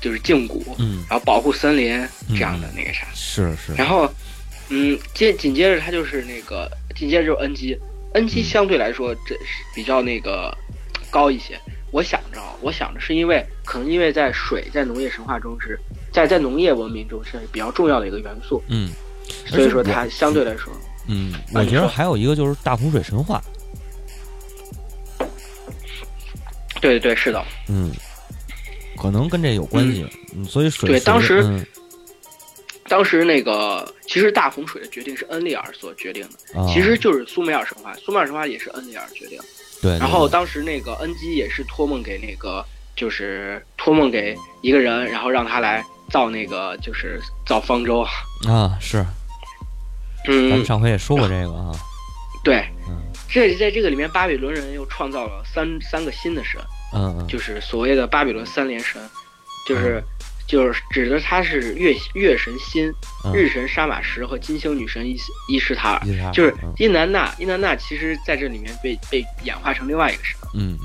[SPEAKER 2] 就是禁谷，
[SPEAKER 1] 嗯
[SPEAKER 2] 然后保护森林这样的那个啥。
[SPEAKER 1] 是是
[SPEAKER 2] 然后，嗯，接紧接着他就是那个，紧接着就是恩基，恩基
[SPEAKER 1] 嗯
[SPEAKER 2] 相对来说这是比较那个高一些。我想着啊，我想着是因为可能因为在水在农业神话中是在在农业文明中是比较重要的一个元素，
[SPEAKER 1] 嗯
[SPEAKER 2] 所以说
[SPEAKER 1] 而且我
[SPEAKER 2] 它相对来说，
[SPEAKER 1] 嗯
[SPEAKER 2] 啊
[SPEAKER 1] 我
[SPEAKER 2] 你
[SPEAKER 1] 觉得
[SPEAKER 2] 说
[SPEAKER 1] 还有一个就是大洪水神话
[SPEAKER 2] 对对对，是的。
[SPEAKER 1] 嗯可能跟这有关系嗯所以水
[SPEAKER 2] 对当时
[SPEAKER 1] 嗯
[SPEAKER 2] 当时那个其实大洪水的决定是恩利尔所决定的，
[SPEAKER 1] 啊
[SPEAKER 2] 其实就是苏美尔神话，苏美尔神话也是恩利尔决定的。
[SPEAKER 1] 对对
[SPEAKER 2] 然后
[SPEAKER 1] 对
[SPEAKER 2] 当时那个恩基也是托梦给那个，就是托梦给一个人，然后让他来造那个，就是造方舟。
[SPEAKER 1] 啊是咱
[SPEAKER 2] 嗯
[SPEAKER 1] 们，上回也说过这个啊
[SPEAKER 2] 对，
[SPEAKER 1] 嗯
[SPEAKER 2] 这在这个里面，巴比伦人又创造了三三个新的神，
[SPEAKER 1] 嗯嗯
[SPEAKER 2] 就是所谓的巴比伦三连神，就是就是指的他是月月神辛、
[SPEAKER 1] 嗯
[SPEAKER 2] 日神沙马什和金星女神伊斯伊什塔尔。
[SPEAKER 1] 伊斯塔尔
[SPEAKER 2] 就是
[SPEAKER 1] 嗯
[SPEAKER 2] 伊南娜，伊南娜其实在这里面被被演化成另外一个神，
[SPEAKER 1] 嗯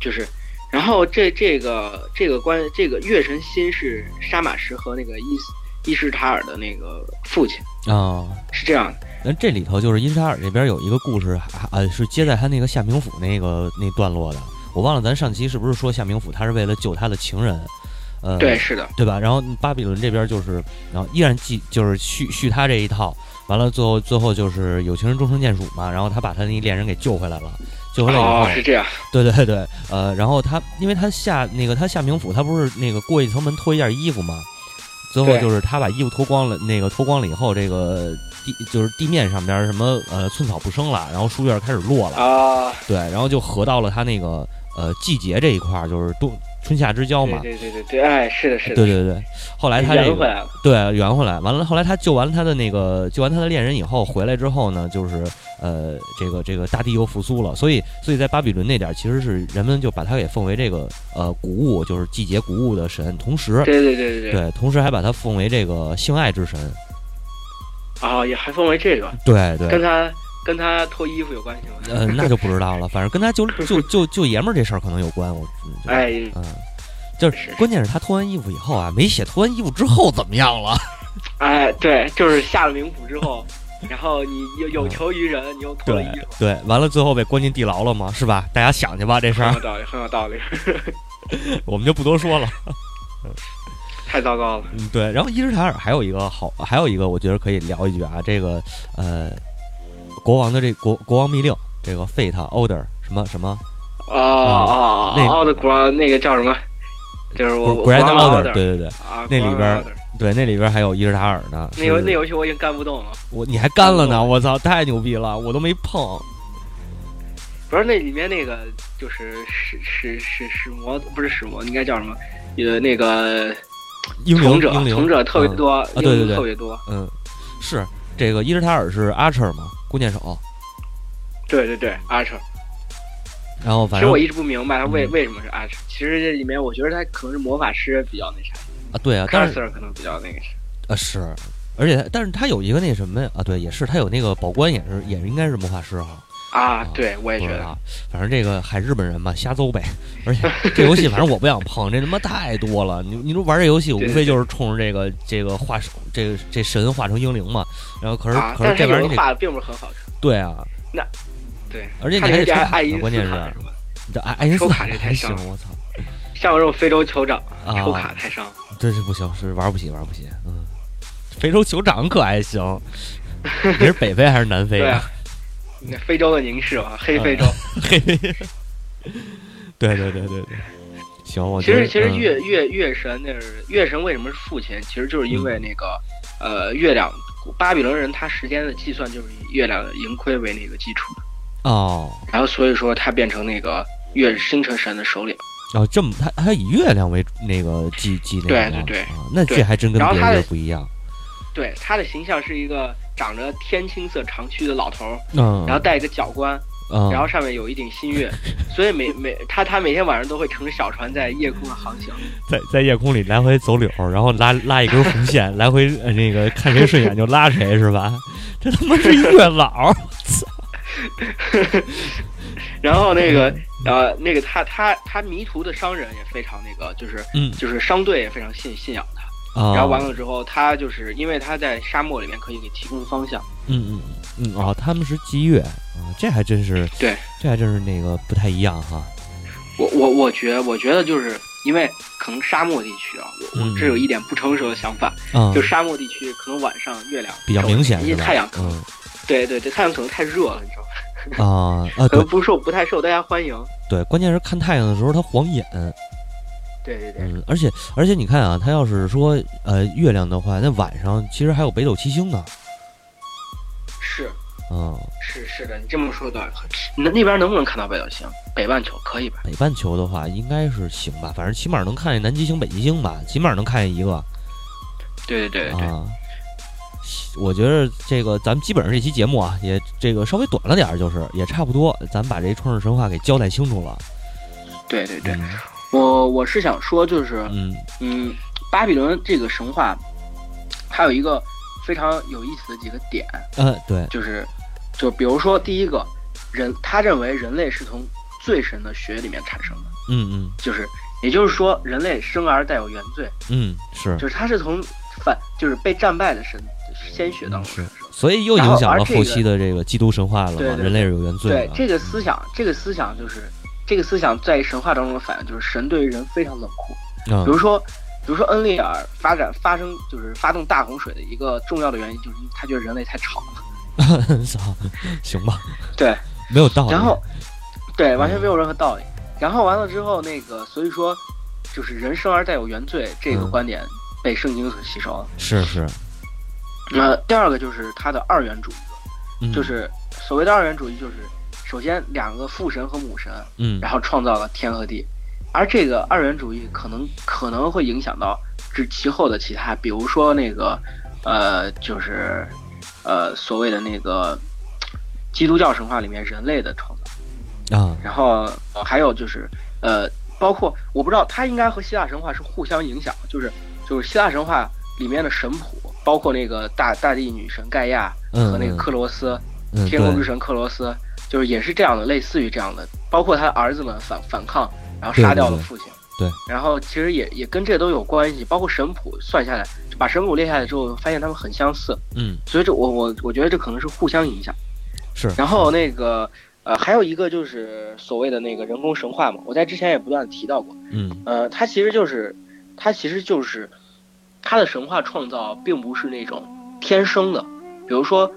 [SPEAKER 2] 就是，然后这这个这个关这个月神心是沙马什和那个伊斯伊什塔尔的那个父亲，
[SPEAKER 1] 啊
[SPEAKER 2] 是这样的。
[SPEAKER 1] 那这里头就是伊斯塔尔这边有一个故事，还呃是接在他那个夏冥府那个那段落的。我忘了咱上期是不是说夏冥府他是为了救他的情人，呃，
[SPEAKER 2] 对，是的，
[SPEAKER 1] 对吧？然后巴比伦这边就是，然后依然继就是续续他这一套，完了最后最后就是有情人终成眷属嘛，然后他把他那恋人给救回来了，救回来以后，
[SPEAKER 2] 哦，是这样，
[SPEAKER 1] (laughs) 对对对，呃，然后他因为他下那个他下冥府，他不是那个过一层门脱一件衣服嘛，最后
[SPEAKER 2] 对
[SPEAKER 1] 就是他把衣服脱光了，那个脱光了以后，这个地就是地面上边儿什么呃寸草不生了，然后树叶开始落了，
[SPEAKER 2] 啊，
[SPEAKER 1] 对，然后就合到了他那个呃季节这一块儿，就是冬春夏之交嘛，
[SPEAKER 2] 对对对对对，哎，是的，是的，
[SPEAKER 1] 对对对，后来他这
[SPEAKER 2] 圆回
[SPEAKER 1] 个
[SPEAKER 2] 来了，
[SPEAKER 1] 对圆回来，完了后来他救完他的那个救完他的恋人以后回来之后呢，就是呃这个这个大地又复苏了，所以所以在巴比伦那点儿其实是人们就把它给奉为这个呃谷物，就是季节谷物的神，同时
[SPEAKER 2] 对对对对对，
[SPEAKER 1] 对，同时还把它奉为这个性爱之神，
[SPEAKER 2] 啊，也还分为这个，
[SPEAKER 1] 对
[SPEAKER 2] 跟
[SPEAKER 1] 对，
[SPEAKER 2] 他跟他脱衣服有关系吗？
[SPEAKER 1] 呃那就不知道了，反正跟他就就就就爷们儿这事儿可能有关，我嗯觉得
[SPEAKER 2] 哎，
[SPEAKER 1] 嗯。就是
[SPEAKER 2] 是，
[SPEAKER 1] 关键是他脱完衣服以后啊，没写脱完衣服之后怎么样
[SPEAKER 2] (laughs)
[SPEAKER 1] 了？
[SPEAKER 2] 哎，对，就是下了冥府之后，然后你有有求于人，你又脱了
[SPEAKER 1] 嗯对
[SPEAKER 2] 衣服，
[SPEAKER 1] 对，完了最后被关进地牢了嘛，是吧？大家想去吧，这事
[SPEAKER 2] 很 (laughs)
[SPEAKER 1] 儿
[SPEAKER 2] 有道理，很有道理，
[SPEAKER 1] 我们就不多说了。
[SPEAKER 2] 太糟糕了，
[SPEAKER 1] 嗯，对。然后伊什塔尔还有一个好，还有一个我觉得可以聊一句啊，这个呃，国王的这国国王密令，这个 fate order 什么什么
[SPEAKER 2] 哦哦
[SPEAKER 1] 嗯那个
[SPEAKER 2] 哦，奥的国那个叫什么？就是我
[SPEAKER 1] g r a n d
[SPEAKER 2] 我忘了
[SPEAKER 1] Order，对对对
[SPEAKER 2] 啊，
[SPEAKER 1] 那里边儿
[SPEAKER 2] Grand Order
[SPEAKER 1] 对，那里边还有伊尔塔尔呢。
[SPEAKER 2] 那游
[SPEAKER 1] 是
[SPEAKER 2] 那嗯游戏我已经干不动了。
[SPEAKER 1] 我你还干了呢，我操，太牛逼了，我都没碰。
[SPEAKER 2] 不是那里面那个就是使使使使魔不是使魔，应该叫什么？呃，那个
[SPEAKER 1] 英灵
[SPEAKER 2] 从者，
[SPEAKER 1] 英灵
[SPEAKER 2] 从者特别多，
[SPEAKER 1] 对
[SPEAKER 2] 英
[SPEAKER 1] 对
[SPEAKER 2] 灵
[SPEAKER 1] 对
[SPEAKER 2] 特别多。
[SPEAKER 1] 嗯，是这个伊尔塔尔是阿彻嘛，弓箭手。
[SPEAKER 2] 对对对，阿彻。
[SPEAKER 1] 然后
[SPEAKER 2] 其
[SPEAKER 1] 反
[SPEAKER 2] 实
[SPEAKER 1] 正
[SPEAKER 2] 我一直不明白他为
[SPEAKER 1] 嗯
[SPEAKER 2] 为什么是阿彻。其实这里面我觉得他可能是魔法师比较那啥，
[SPEAKER 1] 啊，对啊，
[SPEAKER 2] 卡
[SPEAKER 1] 但
[SPEAKER 2] 尔
[SPEAKER 1] 是
[SPEAKER 2] 瑟尔可能比较那个啥。
[SPEAKER 1] 啊是，而且但是他有一个那什么呀啊，对，也是他有那个保官也是也是应该是魔法师哈，
[SPEAKER 2] 啊
[SPEAKER 1] 啊，
[SPEAKER 2] 对，我也
[SPEAKER 1] 不
[SPEAKER 2] 觉
[SPEAKER 1] 知
[SPEAKER 2] 得。
[SPEAKER 1] 道，反正这个还日本人嘛，瞎诌呗。而且这游戏反正我不想碰，这他妈太多了。你你说玩这游戏，无
[SPEAKER 2] 对对
[SPEAKER 1] 非就是冲着这个这个化手这个这神化成英灵嘛，然后可是
[SPEAKER 2] 啊，
[SPEAKER 1] 可
[SPEAKER 2] 但
[SPEAKER 1] 是这
[SPEAKER 2] 是他
[SPEAKER 1] 玩意儿你
[SPEAKER 2] 有的
[SPEAKER 1] 得
[SPEAKER 2] 画得并不是很好看，
[SPEAKER 1] 对啊，
[SPEAKER 2] 对。
[SPEAKER 1] 而且你
[SPEAKER 2] 他
[SPEAKER 1] 还得
[SPEAKER 2] 这个
[SPEAKER 1] 抽
[SPEAKER 2] 叫爱
[SPEAKER 1] 卡
[SPEAKER 2] 因斯，
[SPEAKER 1] 关键是啊
[SPEAKER 2] 坦什么的，
[SPEAKER 1] 你这爱爱因斯
[SPEAKER 2] 抽卡
[SPEAKER 1] 坦
[SPEAKER 2] 这太
[SPEAKER 1] 还行
[SPEAKER 2] 像，了
[SPEAKER 1] 我操，
[SPEAKER 2] 像我这种非洲酋长，
[SPEAKER 1] 啊
[SPEAKER 2] 抽卡太伤了。
[SPEAKER 1] 真是不行，是玩不起，玩不起。嗯，非洲酋长可还行？你是北非还是南非
[SPEAKER 2] 对
[SPEAKER 1] 啊
[SPEAKER 2] (laughs) 啊？，那非洲的凝视吧，
[SPEAKER 1] 嗯
[SPEAKER 2] 黑非洲。
[SPEAKER 1] (laughs) 嘿，对对对对对，行，我
[SPEAKER 2] 其
[SPEAKER 1] 觉
[SPEAKER 2] 实
[SPEAKER 1] 得
[SPEAKER 2] 其实
[SPEAKER 1] 嗯
[SPEAKER 2] 月月月神那是月神为什么是父亲？其实就是因
[SPEAKER 1] 嗯
[SPEAKER 2] 为那个呃月亮，巴比伦人他时间的计算就是以月亮的盈亏为那个基础，
[SPEAKER 1] 哦
[SPEAKER 2] 然后所以说他变成那个月星辰神的首领。
[SPEAKER 1] 哦，这么他他以月亮为那个纪纪那
[SPEAKER 2] 对
[SPEAKER 1] 个吗
[SPEAKER 2] 对对
[SPEAKER 1] 啊，那这
[SPEAKER 2] 对
[SPEAKER 1] 还真跟
[SPEAKER 2] 然后
[SPEAKER 1] 别
[SPEAKER 2] 他
[SPEAKER 1] 人
[SPEAKER 2] 的
[SPEAKER 1] 就不一样。
[SPEAKER 2] 对，他的形象是一个长着天青色长须的老头儿，
[SPEAKER 1] 嗯，
[SPEAKER 2] 然后戴一个角冠，
[SPEAKER 1] 嗯，
[SPEAKER 2] 然后上面有一顶新
[SPEAKER 1] (laughs)
[SPEAKER 2] 月，所以每每他他每天晚上都会乘着小船在夜空上航行。
[SPEAKER 1] 在在夜空里来回走柳，然后拉拉一根红线，来回呃那个看谁顺眼就拉谁，是吧？这他妈是一月老，
[SPEAKER 2] 然后那个呃，那个他他他迷途的商人也非常那个，就是
[SPEAKER 1] (laughs) 嗯
[SPEAKER 2] 就是商队也非常信信仰他。
[SPEAKER 1] 啊，
[SPEAKER 2] 然后完了之后，他就是因为他在沙漠里面可以给提供方向。
[SPEAKER 1] 嗯嗯嗯哦，他们是祭月啊，这还真是
[SPEAKER 2] 对，
[SPEAKER 1] 这还真是那个不太一样哈。
[SPEAKER 2] 我我我觉我觉得就是因为可能沙漠地区啊，我
[SPEAKER 1] 嗯
[SPEAKER 2] 我这有一点不成熟的想法，
[SPEAKER 1] 嗯，
[SPEAKER 2] 就沙漠地区可能晚上月亮
[SPEAKER 1] 比较明显
[SPEAKER 2] 因为
[SPEAKER 1] 是吧？
[SPEAKER 2] 太阳可能
[SPEAKER 1] 嗯
[SPEAKER 2] 对对对，太阳可能太热了，你知道吗？
[SPEAKER 1] 啊啊，
[SPEAKER 2] 可
[SPEAKER 1] 对
[SPEAKER 2] 能不受不太受大家欢迎。
[SPEAKER 1] 对，关键是看太阳的时候它晃眼，
[SPEAKER 2] 对对对，
[SPEAKER 1] 嗯，而且而且你看啊，它要是说呃月亮的话，那晚上其实还有北斗七星呢，
[SPEAKER 2] 是
[SPEAKER 1] 嗯，
[SPEAKER 2] 是是的，你这么说倒也可以。那那边能不能看到北斗星？北半球可以吧？
[SPEAKER 1] 北半球的话应该是行吧，反正起码能看见南极星、北极星吧，起码能看见一个
[SPEAKER 2] 对对对对对。
[SPEAKER 1] 啊。我觉得这个咱们基本上这期节目啊，也这个稍微短了点儿，就是也差不多，咱把这《创世神话》给交代清楚了。
[SPEAKER 2] 对对对，
[SPEAKER 1] 嗯
[SPEAKER 2] 我我是想说，就是
[SPEAKER 1] 嗯
[SPEAKER 2] 嗯，巴比伦这个神话，还有一个非常有意思的几个点，
[SPEAKER 1] 呃，对，
[SPEAKER 2] 就是就比如说第一个，人他认为人类是从罪神的血里面产生的，
[SPEAKER 1] 嗯嗯
[SPEAKER 2] 就是也就是说人类生而带有原罪，
[SPEAKER 1] 嗯，是，
[SPEAKER 2] 就是他是从反就是被战败的神鲜血
[SPEAKER 1] 嗯
[SPEAKER 2] 当中产生的。
[SPEAKER 1] 所以又
[SPEAKER 2] 然后
[SPEAKER 1] 影响
[SPEAKER 2] 而
[SPEAKER 1] 了
[SPEAKER 2] 这个
[SPEAKER 1] 后期的这个基督神话了嘛，
[SPEAKER 2] 对对对
[SPEAKER 1] 人类是有原罪啊嗯的。
[SPEAKER 2] 对这个思想，这个思想就是这个思想在神话当中的反应，就是神对于人非常冷酷。
[SPEAKER 1] 嗯 (laughs)
[SPEAKER 2] 比如说，比如说恩利尔发展发生就是发动大洪水的一个重要的原因，就是因为他觉得人类太吵了。
[SPEAKER 1] 操，行吧，
[SPEAKER 2] 对，
[SPEAKER 1] 没有道理。
[SPEAKER 2] 然后，对，完
[SPEAKER 1] 嗯
[SPEAKER 2] 全没有任何道理。然后完了之后，那个所以说，就是人生而带有原罪这个
[SPEAKER 1] 嗯
[SPEAKER 2] 观点被圣经所吸收了。
[SPEAKER 1] 是是，
[SPEAKER 2] 那、第二个就是他的二元主义，
[SPEAKER 1] 嗯
[SPEAKER 2] 就是所谓的二元主义，就是首先两个父神和母神，
[SPEAKER 1] 嗯
[SPEAKER 2] 然后创造了天和地，而这个二元主义可能可能会影响到之其后的其他，比如说那个，呃，就是，呃，所谓的那个基督教神话里面人类的创造，
[SPEAKER 1] 啊
[SPEAKER 2] 然后、呃还有就是，呃，包括我不知道它应该和希腊神话是互相影响的，就是就是希腊神话里面的神谱，包括那个大大地女神盖亚
[SPEAKER 1] 嗯
[SPEAKER 2] 和那个
[SPEAKER 1] 嗯
[SPEAKER 2] 克罗斯，
[SPEAKER 1] 嗯
[SPEAKER 2] 天空之
[SPEAKER 1] 对
[SPEAKER 2] 神克罗斯，就是也是这样的，类似于这样的，包括他的儿子们反反抗，然后杀掉了父亲。
[SPEAKER 1] 对对
[SPEAKER 2] 然后其实也也跟这都有关系，包括神谱算下来，就把神谱列下来之后，发现他们很相似，
[SPEAKER 1] 嗯
[SPEAKER 2] 所以这我我我觉得这可能是互相影响。
[SPEAKER 1] 是
[SPEAKER 2] 然后那个呃，还有一个就是所谓的那个人工神话嘛，我在之前也不断地提到过，
[SPEAKER 1] 嗯
[SPEAKER 2] 呃，它其实就是它其实就是它的神话创造并不是那种天生的，比如说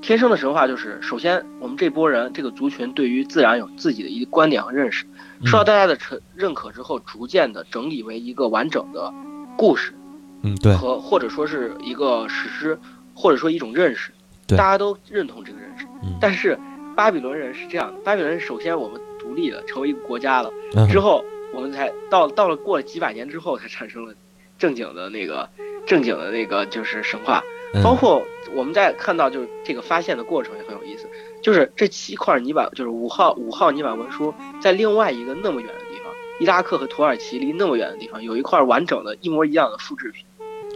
[SPEAKER 2] 天生的神话就是，首先我们这波人这个族群对于自然有自己的一个观点和认识，受
[SPEAKER 1] 嗯
[SPEAKER 2] 到大家的承认可之后，逐渐的整理为一个完整的故事
[SPEAKER 1] 嗯，对，
[SPEAKER 2] 和或者说是一个史诗，或者说一种认识，
[SPEAKER 1] 对
[SPEAKER 2] 大家都认同这个认识。
[SPEAKER 1] 嗯
[SPEAKER 2] 但是巴比伦人是这样的，巴比伦人首先我们独立了，成为一个国家了。
[SPEAKER 1] 嗯
[SPEAKER 2] 之后，我们才到到了过了几百年之后，才产生了正经的那个正经的那个就是神话。
[SPEAKER 1] 嗯
[SPEAKER 2] 包括我们在看到就是这个发现的过程也很有意思，就是这七块泥板就是五号五号泥板文书，在另外一个那么远的地方，伊拉克和土耳其离那么远的地方，有一块完整的一模一样的复制品。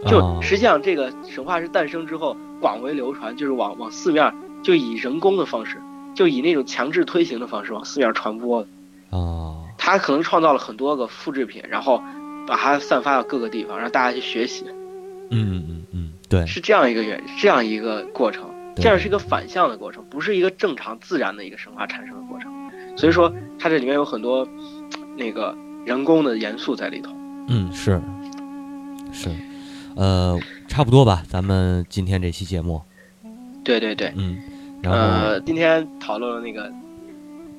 [SPEAKER 2] 就
[SPEAKER 1] 哦
[SPEAKER 2] 实际上这个神话是诞生之后广为流传，就是往往四面儿就以人工的方式，就以那种强制推行的方式往四面儿传播的。
[SPEAKER 1] 哦，
[SPEAKER 2] 他可能创造了很多个复制品，然后把它散发到各个地方，让大家去学习，
[SPEAKER 1] 嗯嗯嗯，对，
[SPEAKER 2] 是这样一个原这样一个过程。
[SPEAKER 1] 对
[SPEAKER 2] 这样是一个反向的过程，不是一个正常自然的一个神话产生的过程。所以说，它这里面有很多那个人工的元素在里头。
[SPEAKER 1] 嗯，是是，呃，差不多吧，咱们今天这期节目，
[SPEAKER 2] 对对对，
[SPEAKER 1] 嗯，然后
[SPEAKER 2] 呃，今天讨论了那个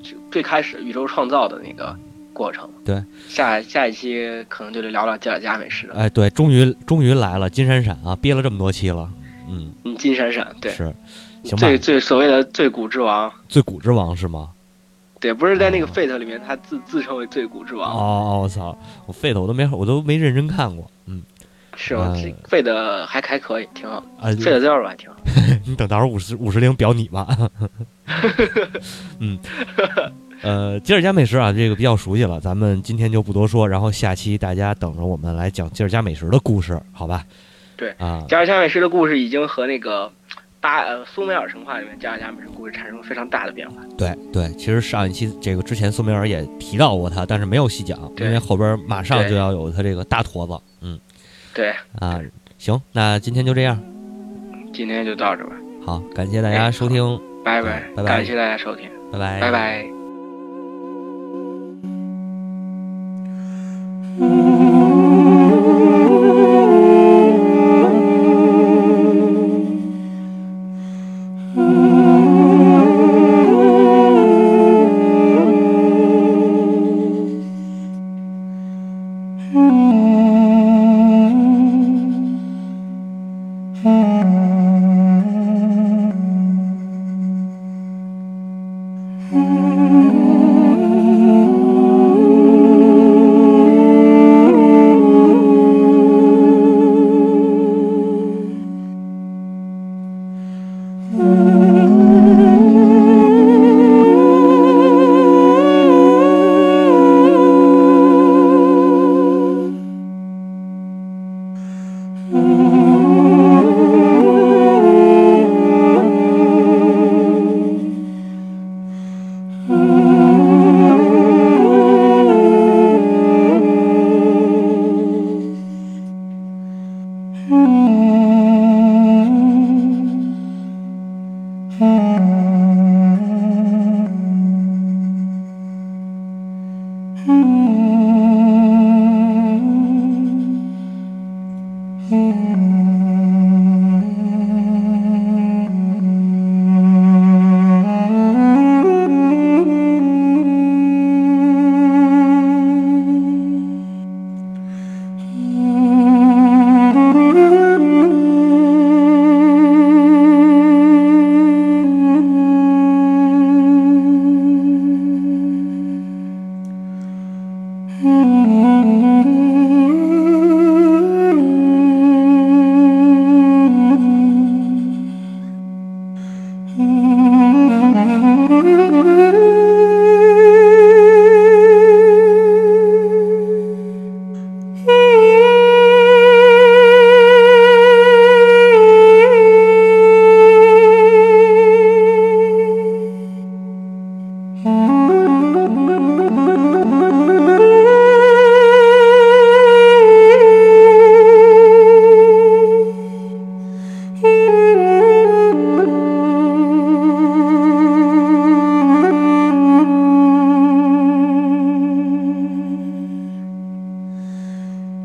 [SPEAKER 2] 就最开始宇宙创造的那个过程。
[SPEAKER 1] 对，
[SPEAKER 2] 下下一期可能就聊聊加尔加美食了。
[SPEAKER 1] 哎，对，终于终于来了，金闪闪啊，憋了这么多期了，嗯，
[SPEAKER 2] 嗯，金闪闪，对，
[SPEAKER 1] 是，行吧，
[SPEAKER 2] 最最所谓的最古之王。
[SPEAKER 1] 最古之王是吗？
[SPEAKER 2] 对，不是在那个
[SPEAKER 1] 哦
[SPEAKER 2] Fate 里面，他自自称为最古之王，
[SPEAKER 1] 哦，我操，我废的我都没我都没认真看过，嗯，
[SPEAKER 2] 是吗？
[SPEAKER 1] 嗯
[SPEAKER 2] 这 Fate 还还可以，挺好。
[SPEAKER 1] 啊，
[SPEAKER 2] Fate Zero 还挺好。
[SPEAKER 1] 你等到时候五十五十铃表你
[SPEAKER 2] (laughs)
[SPEAKER 1] 吧。嗯，呃，吉尔加美食啊，这个比较熟悉了，咱们今天就不多说，然后下期大家等着我们来讲吉尔加美食的故事，好吧？
[SPEAKER 2] 对
[SPEAKER 1] 啊，
[SPEAKER 2] 加尔加美什的故事已经和那个巴呃苏美尔神话里面加尔加美什故事产生了非常大的变化。
[SPEAKER 1] 对对，其实上一期这个之前苏美尔也提到过他，但是没有细讲，因
[SPEAKER 2] 对
[SPEAKER 1] 为后边马上
[SPEAKER 2] 对
[SPEAKER 1] 就要有他这个大坨子，嗯
[SPEAKER 2] 对，
[SPEAKER 1] 啊，行，那今天就这样，
[SPEAKER 2] 今天就到这吧，
[SPEAKER 1] 好，感谢大家收听，
[SPEAKER 2] 拜拜，
[SPEAKER 1] 嗯拜拜哎
[SPEAKER 2] 感谢大家收听，
[SPEAKER 1] 拜拜，
[SPEAKER 2] 哎拜拜。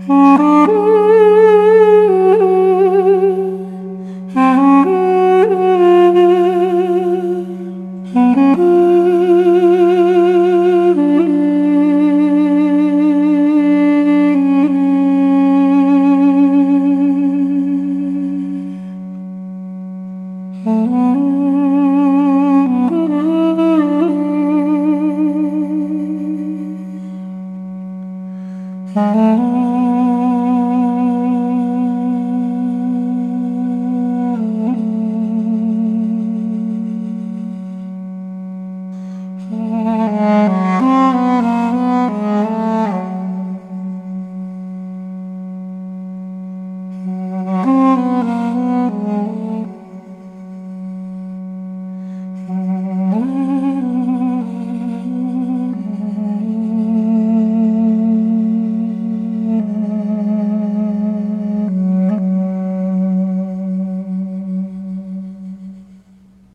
[SPEAKER 3] Thank you. 嗯